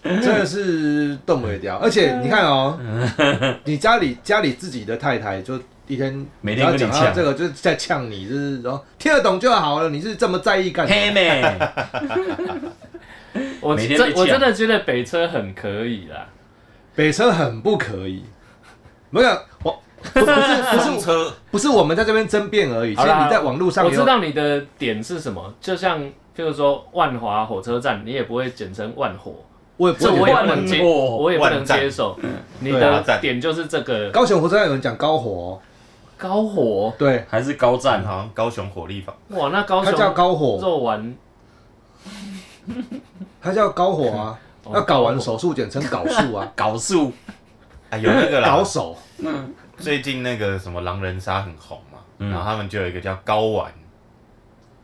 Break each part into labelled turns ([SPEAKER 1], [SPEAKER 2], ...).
[SPEAKER 1] 真的是动不 了。
[SPEAKER 2] 啊
[SPEAKER 1] 而且你看哦，你家里家里自己的太太就一天
[SPEAKER 3] 每天跟你
[SPEAKER 1] 只要讲到
[SPEAKER 3] 呛
[SPEAKER 1] 这个，就是在呛你，就是然后听得懂就好了。你是这么在意干什
[SPEAKER 3] 黑
[SPEAKER 1] 么？
[SPEAKER 3] 妹，
[SPEAKER 2] 我
[SPEAKER 3] 每天
[SPEAKER 2] 真
[SPEAKER 3] 被
[SPEAKER 2] 我
[SPEAKER 3] 呛
[SPEAKER 2] 真的觉得北车很可以啦，
[SPEAKER 1] 北车很不可以，没有我不不是不是
[SPEAKER 4] 风车
[SPEAKER 1] 不是我们在这边争辩而已，其
[SPEAKER 2] 好
[SPEAKER 1] 实
[SPEAKER 2] 啦
[SPEAKER 1] 你在网络上
[SPEAKER 2] 我
[SPEAKER 1] 有
[SPEAKER 2] 知道你的点是什么，就像譬如说万华火车站，你也不会简称万火，
[SPEAKER 1] 我也
[SPEAKER 2] 这
[SPEAKER 1] 我也
[SPEAKER 2] 我也
[SPEAKER 1] 不
[SPEAKER 2] 不
[SPEAKER 1] 能
[SPEAKER 2] 能接，
[SPEAKER 3] 万火
[SPEAKER 2] 我也不能
[SPEAKER 4] 万站
[SPEAKER 2] 接受。你
[SPEAKER 1] 对
[SPEAKER 4] 啊
[SPEAKER 2] 的
[SPEAKER 4] 站
[SPEAKER 2] 点就是这个
[SPEAKER 1] 高雄火嗯车站有人讲高火、哦，
[SPEAKER 2] 高火，
[SPEAKER 1] 对，
[SPEAKER 3] 还是高赞哈？
[SPEAKER 4] 好像高雄火力发
[SPEAKER 2] 哇，那高
[SPEAKER 1] 它叫
[SPEAKER 2] 雄
[SPEAKER 1] 高火，啊
[SPEAKER 2] 肉丸
[SPEAKER 1] 它叫高火啊，
[SPEAKER 2] 哦
[SPEAKER 1] 要搞完手术简称搞术啊，
[SPEAKER 3] 搞树
[SPEAKER 4] 啊，有那个啦
[SPEAKER 1] 搞，手，
[SPEAKER 4] 最近那个什么狼人杀很红嘛，
[SPEAKER 3] 嗯
[SPEAKER 4] 然后他们就有一个叫高玩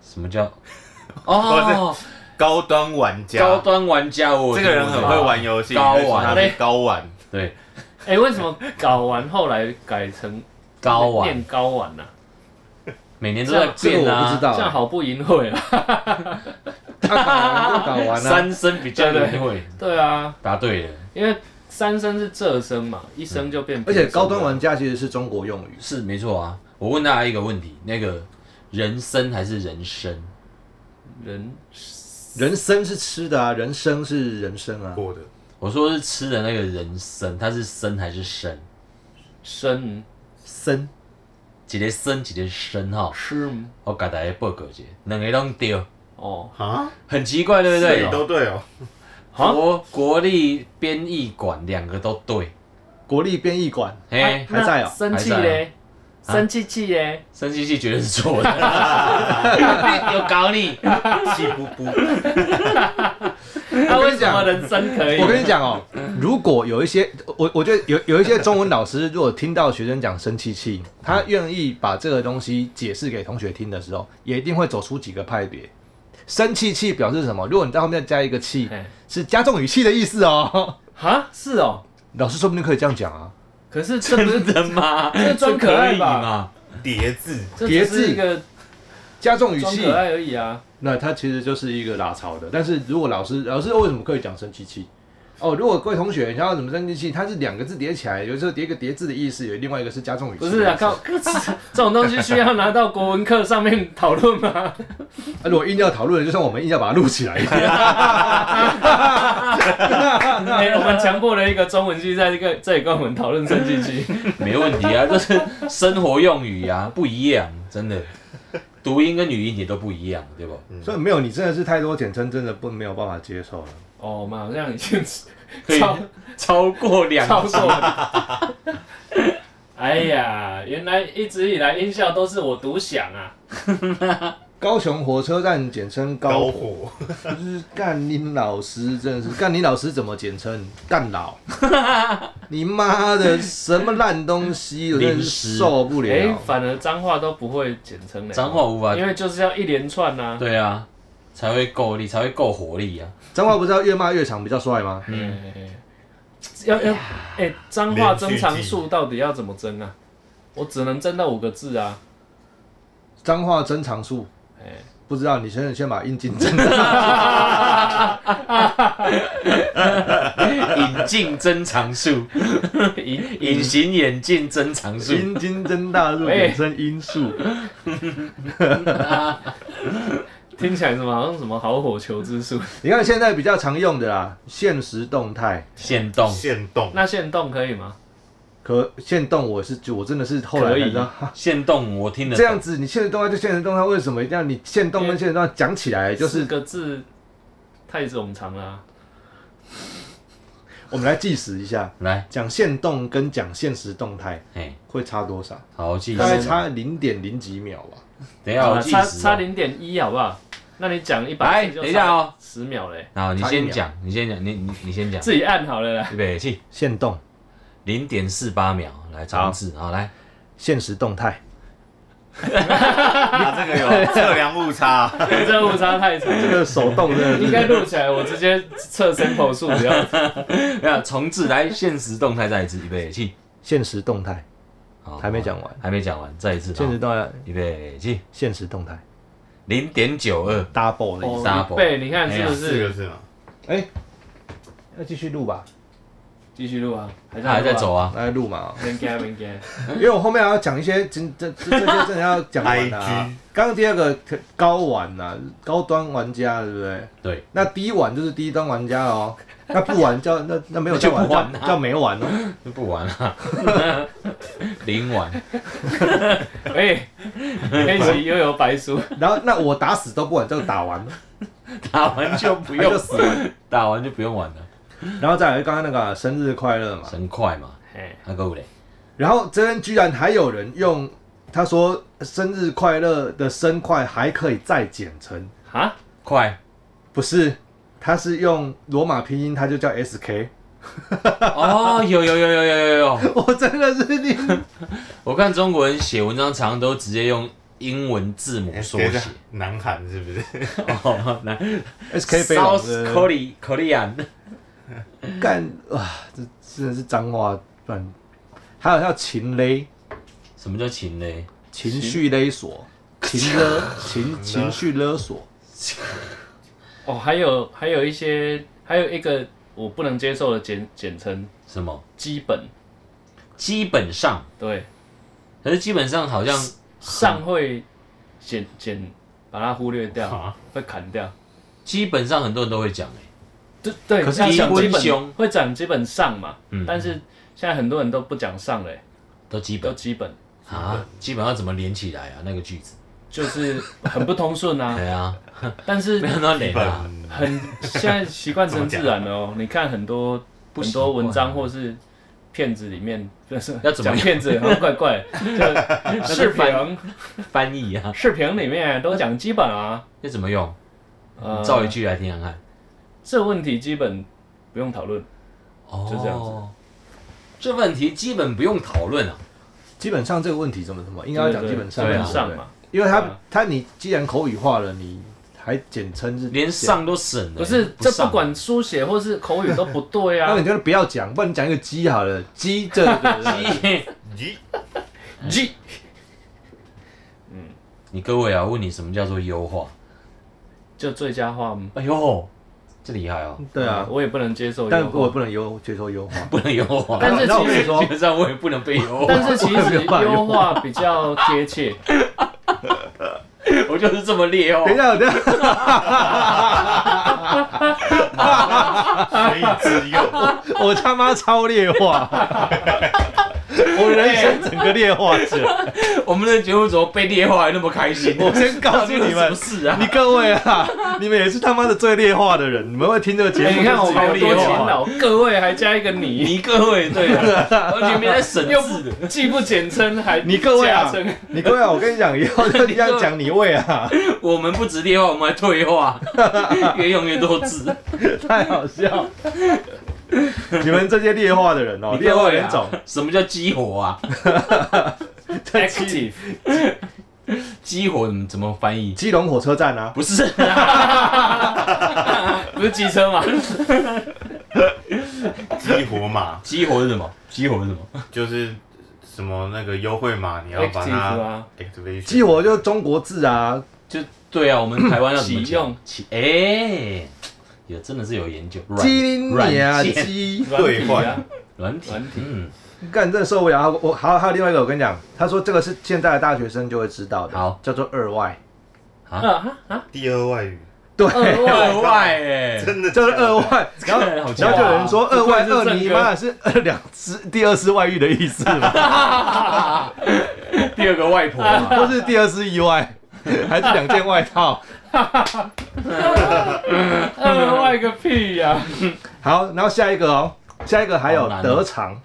[SPEAKER 3] 什么叫
[SPEAKER 4] 哦？高端玩家，
[SPEAKER 3] 高端玩家，我
[SPEAKER 4] 这个人很会玩游戏，
[SPEAKER 3] 高玩
[SPEAKER 4] 你会说他是高玩，
[SPEAKER 3] 对
[SPEAKER 2] 哎、为什么搞完后来改成
[SPEAKER 3] 高玩，
[SPEAKER 2] 念高玩呢、啊？
[SPEAKER 3] 每年都在
[SPEAKER 1] 这个
[SPEAKER 3] 变
[SPEAKER 1] 我不
[SPEAKER 3] 啊
[SPEAKER 1] 知。道
[SPEAKER 2] 这样
[SPEAKER 1] 啊，
[SPEAKER 2] 好不淫秽啊！
[SPEAKER 1] 他搞完就搞完啊了、
[SPEAKER 3] 三声比较
[SPEAKER 2] 对
[SPEAKER 3] 灵会，
[SPEAKER 2] 对啊，
[SPEAKER 3] 答对了，
[SPEAKER 2] 因为三声是仄声嘛，一声就变
[SPEAKER 1] 而
[SPEAKER 2] 平声了。
[SPEAKER 1] 且高端玩家其实是中国用语，
[SPEAKER 3] 是没错啊。我问大家一个问题，那个人参还是人参？
[SPEAKER 2] 人
[SPEAKER 1] 人参是吃的啊，人参是人参啊，
[SPEAKER 4] 过的
[SPEAKER 3] 我说是吃的那个人参，它是参还是参？
[SPEAKER 2] 生
[SPEAKER 1] 参
[SPEAKER 3] 几个参几个参哈？
[SPEAKER 2] 吃吗
[SPEAKER 3] 我给大家报告一下，两个都对，
[SPEAKER 2] 哦，
[SPEAKER 4] 啊，
[SPEAKER 3] 很奇怪，对不
[SPEAKER 4] 对，
[SPEAKER 3] 对？
[SPEAKER 4] 都对哦，
[SPEAKER 2] 啊
[SPEAKER 3] 国国立编译馆两个都对，
[SPEAKER 1] 国立编译馆，
[SPEAKER 2] 哎
[SPEAKER 3] 嘿，
[SPEAKER 1] 还在哦
[SPEAKER 2] 啊那生气
[SPEAKER 3] 还在
[SPEAKER 2] 嘞，生气气 嘞，
[SPEAKER 3] 生气气绝对是错的，有搞你。
[SPEAKER 4] 气不不，
[SPEAKER 1] 我跟
[SPEAKER 2] 那啊为
[SPEAKER 1] 你
[SPEAKER 2] 什
[SPEAKER 1] 讲
[SPEAKER 2] 么人生可以
[SPEAKER 1] 我？跟你讲哦，如果有一些我我觉得有有一些中文老师，如果听到学生讲生气气，他愿意把这个东西解释给同学听的时候，也一定会走出几个派别。生气气表示什么？如果你在后面加一个气，
[SPEAKER 2] 哎
[SPEAKER 1] 是加重语气的意思哦。
[SPEAKER 2] 哈，是哦，
[SPEAKER 1] 老师说不定可以这样讲啊。
[SPEAKER 2] 可是这不是
[SPEAKER 3] 真的吗？
[SPEAKER 2] 这装可爱吧
[SPEAKER 4] 叠字
[SPEAKER 2] 这
[SPEAKER 1] 叠
[SPEAKER 2] 只
[SPEAKER 1] 字
[SPEAKER 2] 是一个
[SPEAKER 1] 加重语
[SPEAKER 2] 装
[SPEAKER 1] 气
[SPEAKER 2] 可，爱而已啊。
[SPEAKER 1] 那它其实就是一个拉槽的。但是如果老师老师为什么可以讲生气气？哦，如果各位同学你要怎么生气气，它是两个字叠起来，有时候叠一个叠字的意思，有另外一个是加重语气
[SPEAKER 2] 不
[SPEAKER 1] 的意思。
[SPEAKER 2] 是啊，靠， 这种东西需要拿到国文课上面讨论 吗？
[SPEAKER 1] 啊，如果硬要讨论，就像我们硬要把它录起来一 样。
[SPEAKER 2] 哎、我们强迫了一个中文系在这个这里跟我们讨论生气 机，
[SPEAKER 3] 没问题啊，这是生活用语啊，不一样，真的，读音跟语音也都不一样，对不？
[SPEAKER 1] 所以没有，你真的是太多简称，真的不没有办法接受了。
[SPEAKER 2] 哦，我们好像已经
[SPEAKER 3] 可以
[SPEAKER 2] 超
[SPEAKER 3] 超过两
[SPEAKER 2] 超过了。 哎呀，原来一直以来音效都是我独享啊！
[SPEAKER 1] 高雄火车站简称高
[SPEAKER 4] 高
[SPEAKER 1] 火，
[SPEAKER 4] 火，
[SPEAKER 1] 就是干林老师，真的是干林老师怎么简称干 老？你妈的什么烂东西，我真的
[SPEAKER 3] 零
[SPEAKER 1] 是
[SPEAKER 3] 食
[SPEAKER 1] 受不
[SPEAKER 2] 哎、
[SPEAKER 1] 了。
[SPEAKER 2] 反而脏话都不会简称嘞，
[SPEAKER 3] 脏话无法
[SPEAKER 2] 因，为就是要一连串呐、啊。
[SPEAKER 3] 对啊，才会够力，才会够活力啊。
[SPEAKER 1] 脏话不是要越骂越长比较帅吗？
[SPEAKER 2] 嗯，要要，哎，脏话增长
[SPEAKER 4] 连续
[SPEAKER 2] 数到底要怎么增啊？我只能增到五个字啊！
[SPEAKER 1] 脏话增长数，
[SPEAKER 2] 哎，
[SPEAKER 1] 不知道你先先把阴茎增。
[SPEAKER 3] 引进增长术，
[SPEAKER 2] 隐
[SPEAKER 3] 隐
[SPEAKER 2] 隐
[SPEAKER 3] 形眼镜增 长术，
[SPEAKER 1] 阴茎增大入
[SPEAKER 2] 喂
[SPEAKER 1] 衍生因素，
[SPEAKER 2] 听起来什么好像什么好火球 之术？
[SPEAKER 1] 你看现在比较常用的啦，现实动态
[SPEAKER 3] 限动，
[SPEAKER 4] 限动，
[SPEAKER 2] 那限动可以吗？
[SPEAKER 1] 可现动我是我真的是后来
[SPEAKER 2] 可以
[SPEAKER 1] 才知道，
[SPEAKER 3] 限动，我听得
[SPEAKER 1] 这样
[SPEAKER 3] 懂
[SPEAKER 1] 子，你现实动态就现实动态，为什么一定要你现动跟现实动态讲起来？就
[SPEAKER 2] 四
[SPEAKER 1] 是
[SPEAKER 2] 个字太冗长了啊、
[SPEAKER 1] 我们来计时一下，
[SPEAKER 3] 来，
[SPEAKER 1] 讲现动跟讲现实动态
[SPEAKER 3] 哎，
[SPEAKER 1] 会差多少？
[SPEAKER 3] 好，记
[SPEAKER 1] 大概
[SPEAKER 3] 时，
[SPEAKER 1] 差零点零几秒吧。
[SPEAKER 3] 等一下
[SPEAKER 2] 好
[SPEAKER 3] 我
[SPEAKER 2] 啦
[SPEAKER 3] 计
[SPEAKER 2] 差
[SPEAKER 3] 时
[SPEAKER 2] 差
[SPEAKER 3] 哦。
[SPEAKER 2] 零点一好不好？那你讲一
[SPEAKER 3] 来
[SPEAKER 2] 百，
[SPEAKER 3] 等一下哦，
[SPEAKER 2] 十秒嘞，
[SPEAKER 3] 好，你
[SPEAKER 1] 差一
[SPEAKER 3] 先
[SPEAKER 1] 秒
[SPEAKER 3] 讲，你先讲，你你你先讲，
[SPEAKER 2] 自己按好了啦。
[SPEAKER 3] 预备起，
[SPEAKER 1] 现动、
[SPEAKER 3] 零点四八秒，来
[SPEAKER 1] 好
[SPEAKER 3] 重置，好来。
[SPEAKER 1] 现实动态，
[SPEAKER 4] 啊，这个有 测量误差，
[SPEAKER 2] 这误差太长，
[SPEAKER 1] 这个手动 真的
[SPEAKER 2] 应
[SPEAKER 1] 是
[SPEAKER 2] 该录起来，我直接测 sample 数，不要
[SPEAKER 3] 没有重置来现实动态再一次，预备起。
[SPEAKER 1] 现实动态，
[SPEAKER 3] 好
[SPEAKER 1] 还没讲完，
[SPEAKER 3] 还没讲完，再一次。
[SPEAKER 1] 现实
[SPEAKER 3] 好
[SPEAKER 1] 动态，
[SPEAKER 3] 预备起，
[SPEAKER 1] 现实动态
[SPEAKER 3] 零点九二，
[SPEAKER 1] double 的意思。
[SPEAKER 3] Double 哎
[SPEAKER 2] 哦，一倍，你看是不
[SPEAKER 4] 四个
[SPEAKER 2] 是？
[SPEAKER 4] 字嘛，
[SPEAKER 1] 哎，要继续录吧，
[SPEAKER 2] 继续录啊，还
[SPEAKER 3] 他还在走
[SPEAKER 2] 啊。
[SPEAKER 3] 啊，
[SPEAKER 1] 来录嘛，
[SPEAKER 2] 文干文干，
[SPEAKER 1] 因为我后面还要讲一些真这这这些真的要讲完啊
[SPEAKER 4] IG。
[SPEAKER 1] 刚刚第二个高玩呐、高端玩家对不对？
[SPEAKER 3] 对，
[SPEAKER 1] 那低玩就是低端玩家哦，那不玩叫那那没有叫
[SPEAKER 3] 就不
[SPEAKER 1] 玩
[SPEAKER 3] 玩
[SPEAKER 1] 叫
[SPEAKER 3] 啊
[SPEAKER 1] 叫没玩哦。
[SPEAKER 3] 就不玩了，零玩，
[SPEAKER 2] 哎，那集又有白书，
[SPEAKER 1] 然后那我打死都不玩叫打完，
[SPEAKER 3] 打完就不
[SPEAKER 1] 那就
[SPEAKER 3] 用
[SPEAKER 1] 死玩。
[SPEAKER 3] 打完就不用玩了，
[SPEAKER 1] 然后再来刚刚那个生日快乐嘛，
[SPEAKER 3] 神快嘛，
[SPEAKER 2] 哎，
[SPEAKER 3] 那个嘞，
[SPEAKER 1] 然后这边居然还有人用他说生日快乐的生快还可以再简称，
[SPEAKER 2] 哈，
[SPEAKER 3] 快
[SPEAKER 1] 不是，他是用罗马拼音，他就叫 SK。
[SPEAKER 3] 哦，有有有有有有有，
[SPEAKER 1] 我真的是你，
[SPEAKER 3] 我看中国人写文章常常都直接用英文字母
[SPEAKER 1] 哎
[SPEAKER 3] 缩
[SPEAKER 4] 觉得
[SPEAKER 3] 写。
[SPEAKER 4] 南韩是不是？
[SPEAKER 3] 哦，来
[SPEAKER 1] SK 飞龙是
[SPEAKER 3] South Korea，
[SPEAKER 1] 干哇，这真的是脏话乱。还有叫情勒，
[SPEAKER 3] 什么叫情嘞？
[SPEAKER 1] 情绪勒索，情勒情情绪勒索。
[SPEAKER 2] 哦，还有还有一些，还有一个我不能接受的简简称，
[SPEAKER 3] 什么？
[SPEAKER 2] 基本
[SPEAKER 3] 基本上，
[SPEAKER 2] 对
[SPEAKER 3] 可是基本上好像
[SPEAKER 2] 上会简简把它忽略掉
[SPEAKER 4] 啊，
[SPEAKER 2] 会砍掉。
[SPEAKER 3] 基本上很多人都会讲哎、
[SPEAKER 2] 对对，
[SPEAKER 1] 可是
[SPEAKER 2] 像讲
[SPEAKER 3] 基
[SPEAKER 2] 基
[SPEAKER 3] 本
[SPEAKER 2] 本
[SPEAKER 3] 胸
[SPEAKER 2] 会讲基本上嘛，
[SPEAKER 3] 嗯
[SPEAKER 2] 但是现在很多人都不讲上嘞，
[SPEAKER 3] 都基
[SPEAKER 2] 都
[SPEAKER 3] 本
[SPEAKER 2] 基本
[SPEAKER 3] 啊，基本上怎么连起来啊？那个句子，
[SPEAKER 2] 就是很不通 顺啊。
[SPEAKER 3] 对 啊，
[SPEAKER 2] 但是
[SPEAKER 3] 没有那连啊，
[SPEAKER 4] 嗯
[SPEAKER 2] 很现在习惯成自然了哦。你看很多
[SPEAKER 3] 不
[SPEAKER 2] 很
[SPEAKER 3] 习惯
[SPEAKER 2] 多文章或是骗子里面，就是
[SPEAKER 3] 要怎么
[SPEAKER 2] 讲
[SPEAKER 3] 样
[SPEAKER 2] 骗子好像怪怪，就视频
[SPEAKER 3] 翻译啊，
[SPEAKER 2] 视频里面都讲基本啊。
[SPEAKER 3] 那怎么用？
[SPEAKER 2] 呃，
[SPEAKER 3] 造一句来听听看。
[SPEAKER 2] 这问题基本不用讨论，
[SPEAKER 3] 哦
[SPEAKER 2] 就这样
[SPEAKER 3] 子。这问题基本不用讨论啊，
[SPEAKER 1] 基本上这个问题怎么怎么，应该要讲
[SPEAKER 2] 对
[SPEAKER 1] 基
[SPEAKER 2] 对
[SPEAKER 1] 本上啊
[SPEAKER 2] 基
[SPEAKER 1] 嘛
[SPEAKER 2] 本
[SPEAKER 1] 对
[SPEAKER 2] 上
[SPEAKER 1] 不
[SPEAKER 2] 嘛，
[SPEAKER 1] 对因为
[SPEAKER 2] 对
[SPEAKER 1] 他
[SPEAKER 2] 啊
[SPEAKER 1] 他你既然口语化了，你还简称是
[SPEAKER 3] 连
[SPEAKER 1] 简，
[SPEAKER 3] 上都省了。欸
[SPEAKER 2] 不是这
[SPEAKER 3] 上
[SPEAKER 2] 不管书写或是口语都不对
[SPEAKER 1] 那
[SPEAKER 2] 啊
[SPEAKER 1] 你。就不要讲，不然你讲一个鸡好了，鸡这鸡
[SPEAKER 4] 咦，
[SPEAKER 3] 嗯
[SPEAKER 2] G
[SPEAKER 3] 你各位啊，问你什么叫做优化？
[SPEAKER 2] 就最佳化吗？
[SPEAKER 3] 哎呦，这厉害哦，
[SPEAKER 2] 嗯
[SPEAKER 1] 对啊，
[SPEAKER 2] 我也不能接受优化。
[SPEAKER 1] 但我不能优接受优化。
[SPEAKER 3] 不能优化。
[SPEAKER 2] 但是
[SPEAKER 1] 那我
[SPEAKER 2] 其
[SPEAKER 1] 跟你
[SPEAKER 2] 实，
[SPEAKER 1] 说
[SPEAKER 3] 基，本上我也不能被优化，
[SPEAKER 2] 但是其实优化比较贴切。
[SPEAKER 3] 我就是这么劣哦
[SPEAKER 1] 等。一下，等一下，
[SPEAKER 4] 所以只有
[SPEAKER 1] 我他妈超劣化， 我人生整个劣化者。
[SPEAKER 3] 我们的节目怎么被劣化还那么开心？
[SPEAKER 1] 我先告诉你
[SPEAKER 3] 到底有什
[SPEAKER 1] 们
[SPEAKER 3] 么，事啊
[SPEAKER 1] 你？各位啊，你们也是他妈的最劣化的人，你们会听这个
[SPEAKER 3] 哎
[SPEAKER 1] 节目，
[SPEAKER 2] 你看我们
[SPEAKER 3] 们
[SPEAKER 2] 有
[SPEAKER 3] 有
[SPEAKER 2] 多
[SPEAKER 3] 多
[SPEAKER 2] 勤
[SPEAKER 3] 勤劳，
[SPEAKER 2] 劳各位还加一个你，
[SPEAKER 3] 你各位对啊，完全没在省
[SPEAKER 2] 又
[SPEAKER 3] 字的。
[SPEAKER 2] 不既不简称还
[SPEAKER 1] 你各位啊
[SPEAKER 2] 加称
[SPEAKER 1] 你各位啊，我跟你讲，以后就这样讲你位啊，
[SPEAKER 3] 我们不止劣化，我们还退化， 越用越多字。啊
[SPEAKER 1] 太好笑。你们这些劣化的人哦，
[SPEAKER 3] 你
[SPEAKER 1] 劣化
[SPEAKER 3] 各位
[SPEAKER 1] 人
[SPEAKER 3] 啊
[SPEAKER 1] 种，，
[SPEAKER 3] 什么叫激活啊？
[SPEAKER 1] 在
[SPEAKER 3] 哎
[SPEAKER 1] 基
[SPEAKER 2] active
[SPEAKER 3] 激活怎么怎么翻译？
[SPEAKER 1] 基隆火车站啊，
[SPEAKER 3] 不是，
[SPEAKER 2] 啊不是机车嘛？
[SPEAKER 4] 激活码，
[SPEAKER 3] 激活是什么？激活是什么？
[SPEAKER 4] 就是什么那个优惠码，你要把
[SPEAKER 2] active
[SPEAKER 4] 它
[SPEAKER 2] 啊，
[SPEAKER 4] activation
[SPEAKER 1] 激活就是中国字啊，
[SPEAKER 3] 就对啊，我们台湾要怎么
[SPEAKER 2] 启用
[SPEAKER 3] 讲？启哎，有真的是有研究，软
[SPEAKER 1] 激你啊，
[SPEAKER 3] 软件
[SPEAKER 1] 激。
[SPEAKER 2] 软体啊，
[SPEAKER 3] 软体，
[SPEAKER 2] 软体
[SPEAKER 3] 嗯，
[SPEAKER 1] 干，真的受不了。我还有还有另外一个，我跟你讲，他说这个是现在的大学生就会知道的，
[SPEAKER 3] 好，
[SPEAKER 1] 叫做二外，
[SPEAKER 3] 啊
[SPEAKER 2] 啊啊！
[SPEAKER 4] 第二外语，
[SPEAKER 1] 对，
[SPEAKER 2] 二外
[SPEAKER 3] 额外哎，
[SPEAKER 4] 真的
[SPEAKER 1] 叫做
[SPEAKER 4] 假的
[SPEAKER 1] 二外。然后然后
[SPEAKER 3] 看来好啊
[SPEAKER 1] 就有人说
[SPEAKER 2] 哇
[SPEAKER 1] 二外
[SPEAKER 2] 不愧是
[SPEAKER 1] 二你
[SPEAKER 2] 正哥
[SPEAKER 1] 妈是二两次第二次外遇的意思嘛，
[SPEAKER 3] 第二个外婆啊嘛，
[SPEAKER 1] 或是第二次意外，还是两件外套。
[SPEAKER 2] 二外个屁呀！
[SPEAKER 1] 好，然后下一个哦，下一个还有
[SPEAKER 3] 好难哦
[SPEAKER 1] 得偿，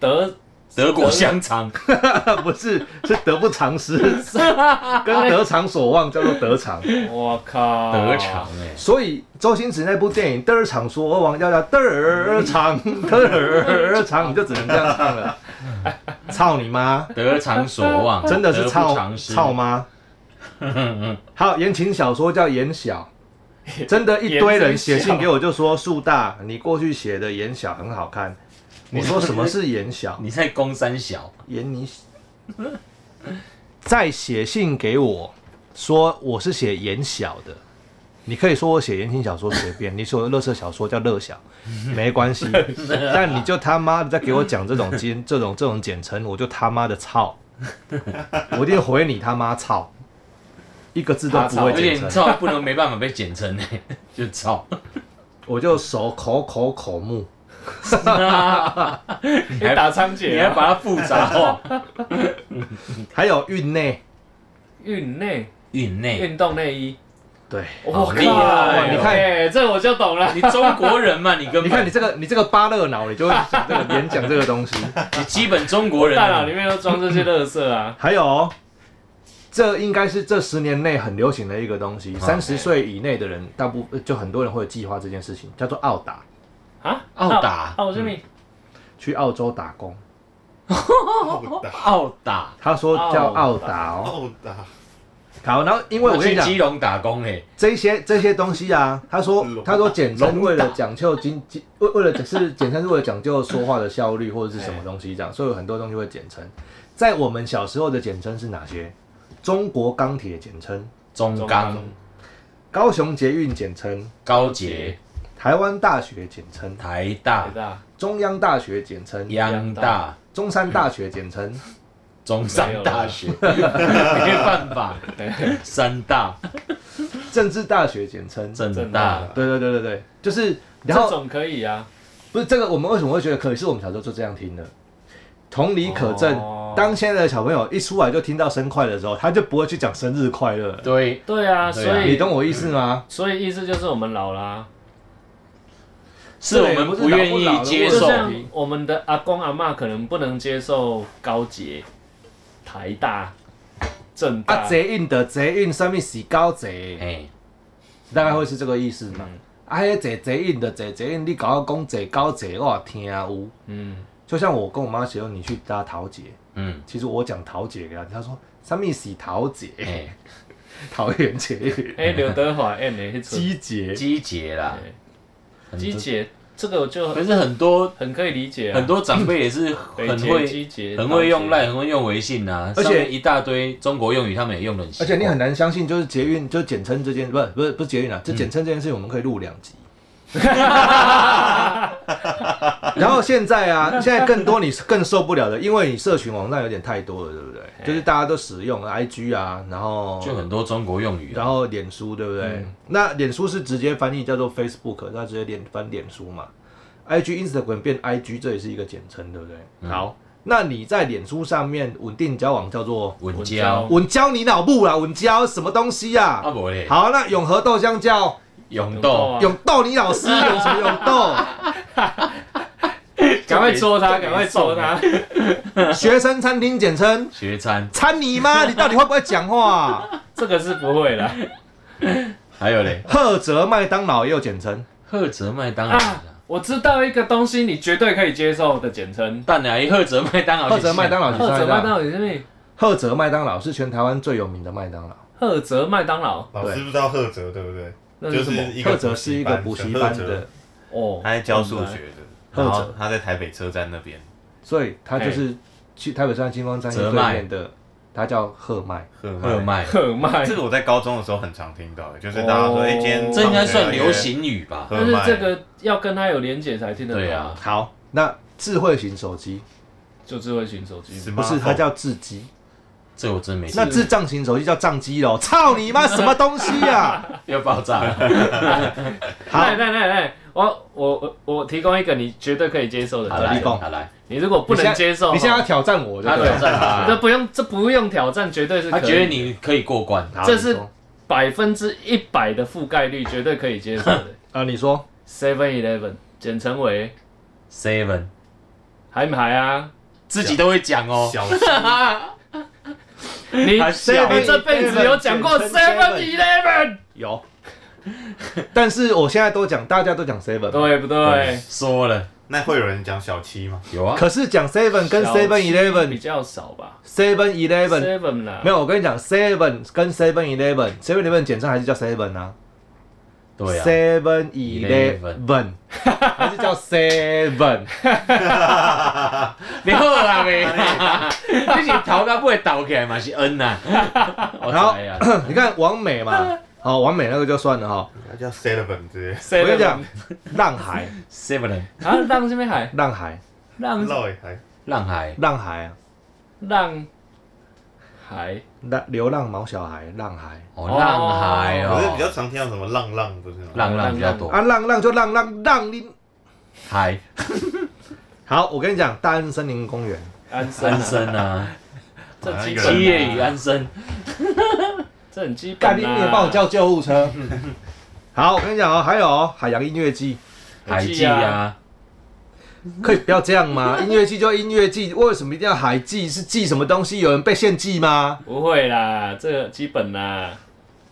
[SPEAKER 2] 得
[SPEAKER 3] 德国香肠，
[SPEAKER 1] 不是是得不偿 失，跟得偿所望叫做得偿。
[SPEAKER 2] 我靠，
[SPEAKER 3] 德肠哎，
[SPEAKER 1] 所以周星驰那部电影《得儿场说我王要要得儿场得儿场，你就只能这样唱 了。操你妈！
[SPEAKER 3] 得偿所望，
[SPEAKER 1] 真的是
[SPEAKER 3] 得不
[SPEAKER 1] 操
[SPEAKER 3] 偿失
[SPEAKER 1] 操 妈！还有言情小说叫言 小，真的，一堆人写信给我就说树大，你过去写的言小很好看。我说什么是言小？
[SPEAKER 3] 你在攻三小，
[SPEAKER 1] 言你 再写信给我说我是写言小的，你可以说我写言情小说随便，你说我乐色小说叫乐 小，没关系。但你就他妈的再给我讲这种简这种这种简称，我就他妈的 操！我一定回你他妈操！一个字都不会
[SPEAKER 3] 有
[SPEAKER 1] 简
[SPEAKER 3] 点
[SPEAKER 1] 称，
[SPEAKER 3] 操，不能没办法被简称 哎，就操。
[SPEAKER 1] 我就手口口口木。
[SPEAKER 2] 你
[SPEAKER 3] 还
[SPEAKER 2] 打仓
[SPEAKER 3] 你
[SPEAKER 2] 颉
[SPEAKER 3] 还
[SPEAKER 2] 啊，
[SPEAKER 3] 把它复杂 化，
[SPEAKER 1] 还有运内，
[SPEAKER 2] 运内
[SPEAKER 3] 运内，
[SPEAKER 2] 运动内衣，
[SPEAKER 1] 对，
[SPEAKER 3] 好
[SPEAKER 2] 哇
[SPEAKER 3] 厉害哦
[SPEAKER 1] 你看
[SPEAKER 2] 哎这我就懂了。
[SPEAKER 3] 你中国人嘛，你根本
[SPEAKER 1] 你看你这个你这个巴勒脑，你就会想这个演讲这个东西。
[SPEAKER 3] 你基本中国人
[SPEAKER 2] 大脑
[SPEAKER 3] 啊，
[SPEAKER 2] 里面都装这些垃圾啊，
[SPEAKER 1] 还有哦，这应该是这十年内很流行的一个东西。三十岁以内的人，大部就很多人会有计划这件事情，叫做澳打，
[SPEAKER 2] 啊，
[SPEAKER 3] 澳打
[SPEAKER 2] 澳什么？
[SPEAKER 1] 去澳洲打工。
[SPEAKER 4] 殴打
[SPEAKER 3] 澳打，
[SPEAKER 1] 他说叫澳打哦。
[SPEAKER 4] 殴打，
[SPEAKER 1] 好，然后因为我跟你
[SPEAKER 3] 去
[SPEAKER 1] 讲，
[SPEAKER 3] 基隆打工哎，
[SPEAKER 1] 这些这些东西啊，他说
[SPEAKER 4] 龙
[SPEAKER 1] 他说简称
[SPEAKER 4] 龙
[SPEAKER 1] 为了讲究经经为为了只是简称是为了讲究说话的效率或者是什么东西这样，所以有很多东西会简称。在我们小时候的简称是哪些？中国钢铁简称，
[SPEAKER 3] 嗯中钢、
[SPEAKER 1] 高雄捷运简称，
[SPEAKER 3] 高捷、
[SPEAKER 1] 台湾大学简称，
[SPEAKER 3] 台大
[SPEAKER 2] 北、大
[SPEAKER 1] 中央大学简称，
[SPEAKER 3] 央大、
[SPEAKER 1] 中山大学简 称，
[SPEAKER 3] 中山大学， 没办法，三大、
[SPEAKER 1] 政治大学简称。
[SPEAKER 3] 正
[SPEAKER 2] 正
[SPEAKER 3] 大
[SPEAKER 2] 大，
[SPEAKER 1] 对对对对对，就是然
[SPEAKER 2] 这
[SPEAKER 1] 后
[SPEAKER 2] 种可以啊，
[SPEAKER 1] 不是这个，我们为什么会觉得可以？是我们小时候就这样听的。同理可证，
[SPEAKER 2] 哦
[SPEAKER 1] 当现在的小朋友一出来就听到生快乐的时候，他就不会去讲生日快乐了。
[SPEAKER 3] 对，
[SPEAKER 2] 对啊，
[SPEAKER 3] 对啊
[SPEAKER 2] 所
[SPEAKER 1] 你
[SPEAKER 2] 以
[SPEAKER 1] 懂我意思吗？
[SPEAKER 2] 所以意思就是我们老啊啦、
[SPEAKER 3] 是我们不愿意接
[SPEAKER 2] 就
[SPEAKER 3] 受，
[SPEAKER 2] 像我们的阿公阿妈可能不能接受高捷、台大、政大，
[SPEAKER 1] 啊，贼运的贼运，上面洗高
[SPEAKER 2] 嗯
[SPEAKER 1] 贼，
[SPEAKER 3] 哎，
[SPEAKER 1] 大概会是这个意思嘛？啊，迄贼贼运的贼贼运，你搞我讲贼高贼，我也听有。
[SPEAKER 2] 嗯，
[SPEAKER 1] 就像我跟我妈形容你去搭桃姐，
[SPEAKER 3] 嗯，
[SPEAKER 1] 其实我讲桃姐给她听，她说上面洗桃姐，
[SPEAKER 3] 哎，
[SPEAKER 1] 桃园 姐，
[SPEAKER 2] 哎、刘德华 M 的那出，
[SPEAKER 1] 鸡姐，
[SPEAKER 3] 机节啦，啊很多
[SPEAKER 2] 机哎姐这个我就
[SPEAKER 3] 可是很多
[SPEAKER 2] 很可以理解、啊，
[SPEAKER 3] 很多长辈也是
[SPEAKER 2] 北
[SPEAKER 3] 很
[SPEAKER 2] 捷、
[SPEAKER 3] 会。
[SPEAKER 2] 机捷，
[SPEAKER 3] 很会用赖，
[SPEAKER 2] 赖，
[SPEAKER 3] 很会用微信呐、啊，
[SPEAKER 1] 而且
[SPEAKER 3] 上面一大堆中国用语，他们也用的很习哦
[SPEAKER 1] 而
[SPEAKER 3] 惯。
[SPEAKER 1] 且你很难相信，就是捷运，就简称这件，不是不是不是捷运啊，就简称这件事情，我们可以录两集。 然后现在啊，现在更多你更受不了的，因为你社群网站有点太多了，对不对？就是大家都使用 IG 啊，然后
[SPEAKER 3] 就很多中国用语啊、
[SPEAKER 1] 然后脸书，对不对？
[SPEAKER 2] 嗯
[SPEAKER 1] 那脸书是直接翻译叫做 Facebook，那直接脸翻脸书嘛。IG、Instagram 变 IG，这也是一个简称，对不对？
[SPEAKER 2] 嗯
[SPEAKER 1] 好，那你在脸书上面稳定交往叫做
[SPEAKER 3] 稳
[SPEAKER 2] 稳
[SPEAKER 3] 交
[SPEAKER 2] 交
[SPEAKER 1] 稳交你脑部啦，稳交什么东西呀、
[SPEAKER 2] 哦
[SPEAKER 3] 啊，不嘞，
[SPEAKER 1] 好，那永和豆浆叫
[SPEAKER 3] 永
[SPEAKER 2] 豆
[SPEAKER 3] 豆
[SPEAKER 2] 啊
[SPEAKER 1] 永豆你老师，有什么永豆？
[SPEAKER 2] 赶快戳他，赶快戳他，
[SPEAKER 3] 啊
[SPEAKER 1] 学生餐厅简称
[SPEAKER 3] 学餐，
[SPEAKER 1] 餐你妈，你到底会不会讲话？
[SPEAKER 2] 这个是不会啦。
[SPEAKER 3] 还有嘞，
[SPEAKER 1] 赫哲麦当劳也有简称，
[SPEAKER 3] 赫哲麦当劳
[SPEAKER 2] 啊
[SPEAKER 3] 啦，
[SPEAKER 2] 我知道一个东西，你绝对可以接受的简称，
[SPEAKER 3] 蛋奶赫哲麦当劳，
[SPEAKER 1] 赫哲麦当劳，你
[SPEAKER 2] 赫
[SPEAKER 1] 知
[SPEAKER 2] 哲
[SPEAKER 1] 道
[SPEAKER 2] 麦当劳也是那
[SPEAKER 1] 赫哲麦当劳是全台湾最有名的麦当劳。
[SPEAKER 2] 赫哲麦当劳，
[SPEAKER 4] 老师不知道赫哲对不对？
[SPEAKER 2] 那
[SPEAKER 4] 就是
[SPEAKER 2] 什么？
[SPEAKER 4] 一个
[SPEAKER 1] 赫哲是一个补习班的，
[SPEAKER 2] 哦
[SPEAKER 4] 他，在教数学的，
[SPEAKER 1] 赫哲
[SPEAKER 4] 然后他在台北车站那边，
[SPEAKER 1] 所以他就是去台北山星光三线对面的，他叫赫麦。
[SPEAKER 4] 赫
[SPEAKER 3] 赫
[SPEAKER 4] 麦。
[SPEAKER 3] 麦，
[SPEAKER 2] 赫麦，
[SPEAKER 4] 这个我在高中的时候很常听到，就是大家说，
[SPEAKER 2] 哦
[SPEAKER 4] 哎，今天
[SPEAKER 3] 这应该算流行语吧？
[SPEAKER 4] 赫
[SPEAKER 2] 但是
[SPEAKER 4] 麦，
[SPEAKER 2] 这个要跟他有连结才听得到，
[SPEAKER 3] 对啊，
[SPEAKER 1] 好，那智慧型手机
[SPEAKER 2] 就智慧型手机。
[SPEAKER 1] 不是，它叫智机。
[SPEAKER 3] 这我真没听
[SPEAKER 1] 那智障型手机叫障机喽，操你妈什么东西呀、
[SPEAKER 3] 要爆炸了，
[SPEAKER 1] 好
[SPEAKER 2] 来来来来，我我我我提供一个你绝对可以接受的
[SPEAKER 3] 好
[SPEAKER 2] 条
[SPEAKER 3] 来，
[SPEAKER 1] 你讲
[SPEAKER 3] 好来，
[SPEAKER 2] 你如果不能接受，
[SPEAKER 1] 你现在要
[SPEAKER 2] 哈
[SPEAKER 1] 挑战我，对
[SPEAKER 3] 他
[SPEAKER 1] 不
[SPEAKER 3] 挑
[SPEAKER 1] 对？
[SPEAKER 3] 战
[SPEAKER 2] 这
[SPEAKER 3] 他，
[SPEAKER 2] 不用这不用挑战，绝对是
[SPEAKER 3] 他
[SPEAKER 2] 可以
[SPEAKER 3] 觉得你可以过关，
[SPEAKER 1] 好
[SPEAKER 2] 这
[SPEAKER 1] 你
[SPEAKER 2] 是
[SPEAKER 1] 说
[SPEAKER 2] 百分之一百的覆盖率，绝对可以接受的。
[SPEAKER 1] 啊，你说
[SPEAKER 2] Seven Eleven 简称为
[SPEAKER 3] seven，
[SPEAKER 2] 海不海啊？
[SPEAKER 3] 自己都会讲哦，
[SPEAKER 4] 小
[SPEAKER 2] 你
[SPEAKER 3] 他笑
[SPEAKER 2] 你这辈子有讲过 Seven Eleven
[SPEAKER 1] 有， 但是我现在都讲，大家都讲 seven，
[SPEAKER 2] 对不对？
[SPEAKER 3] 说了
[SPEAKER 4] 那会有人讲小七吗？
[SPEAKER 3] 有啊，
[SPEAKER 1] 可是讲 seven 跟
[SPEAKER 2] 小
[SPEAKER 1] seven
[SPEAKER 2] 比
[SPEAKER 1] eleven、
[SPEAKER 2] 较少吧
[SPEAKER 1] seven eleven
[SPEAKER 2] ？Seven 啦，
[SPEAKER 1] 没有，我跟你讲 seven 跟 seven eleven、seven eleven 简称还是叫 seven 啊
[SPEAKER 3] 对啊，
[SPEAKER 1] ，seven eleven 还是叫 seven，
[SPEAKER 3] 你好啦未？哎 你是头壳不会倒起来嘛？是 N 呐、我
[SPEAKER 1] 然后
[SPEAKER 3] 知啊，
[SPEAKER 1] 你看王美嘛，好，完美那个就算了哈。
[SPEAKER 4] 那叫 Sullivan 之类，
[SPEAKER 1] 我
[SPEAKER 2] 谁
[SPEAKER 1] 跟你讲，浪海，
[SPEAKER 3] seven
[SPEAKER 2] 啊，浪这边海，
[SPEAKER 1] 浪海，
[SPEAKER 2] 浪
[SPEAKER 4] 绕一台
[SPEAKER 3] 浪海
[SPEAKER 1] 浪海啊，
[SPEAKER 2] 浪海，
[SPEAKER 1] 浪流浪毛小孩，浪海
[SPEAKER 3] 哦，浪海
[SPEAKER 4] 我是比较
[SPEAKER 3] 哦，
[SPEAKER 4] 常听到什么浪浪，不是吗？
[SPEAKER 3] 浪浪比较多
[SPEAKER 1] 啊，浪浪就浪浪浪你。
[SPEAKER 3] 海
[SPEAKER 1] 好，我跟你讲，大安森林公园，
[SPEAKER 2] 安生、啊，
[SPEAKER 3] 安生 啊，
[SPEAKER 2] 这很基本、啊，
[SPEAKER 3] 七月与安生，
[SPEAKER 2] 这很基本、啊。
[SPEAKER 1] 干你也帮我叫救护车。 好，我跟你讲哦，还有哦海洋音乐季，
[SPEAKER 3] 海记啊，
[SPEAKER 1] 可以不要这样吗？音乐季就音乐季，为什么一定要海祭？是祭什么东西？有人被献祭吗？
[SPEAKER 2] 不会啦，这个基本啦，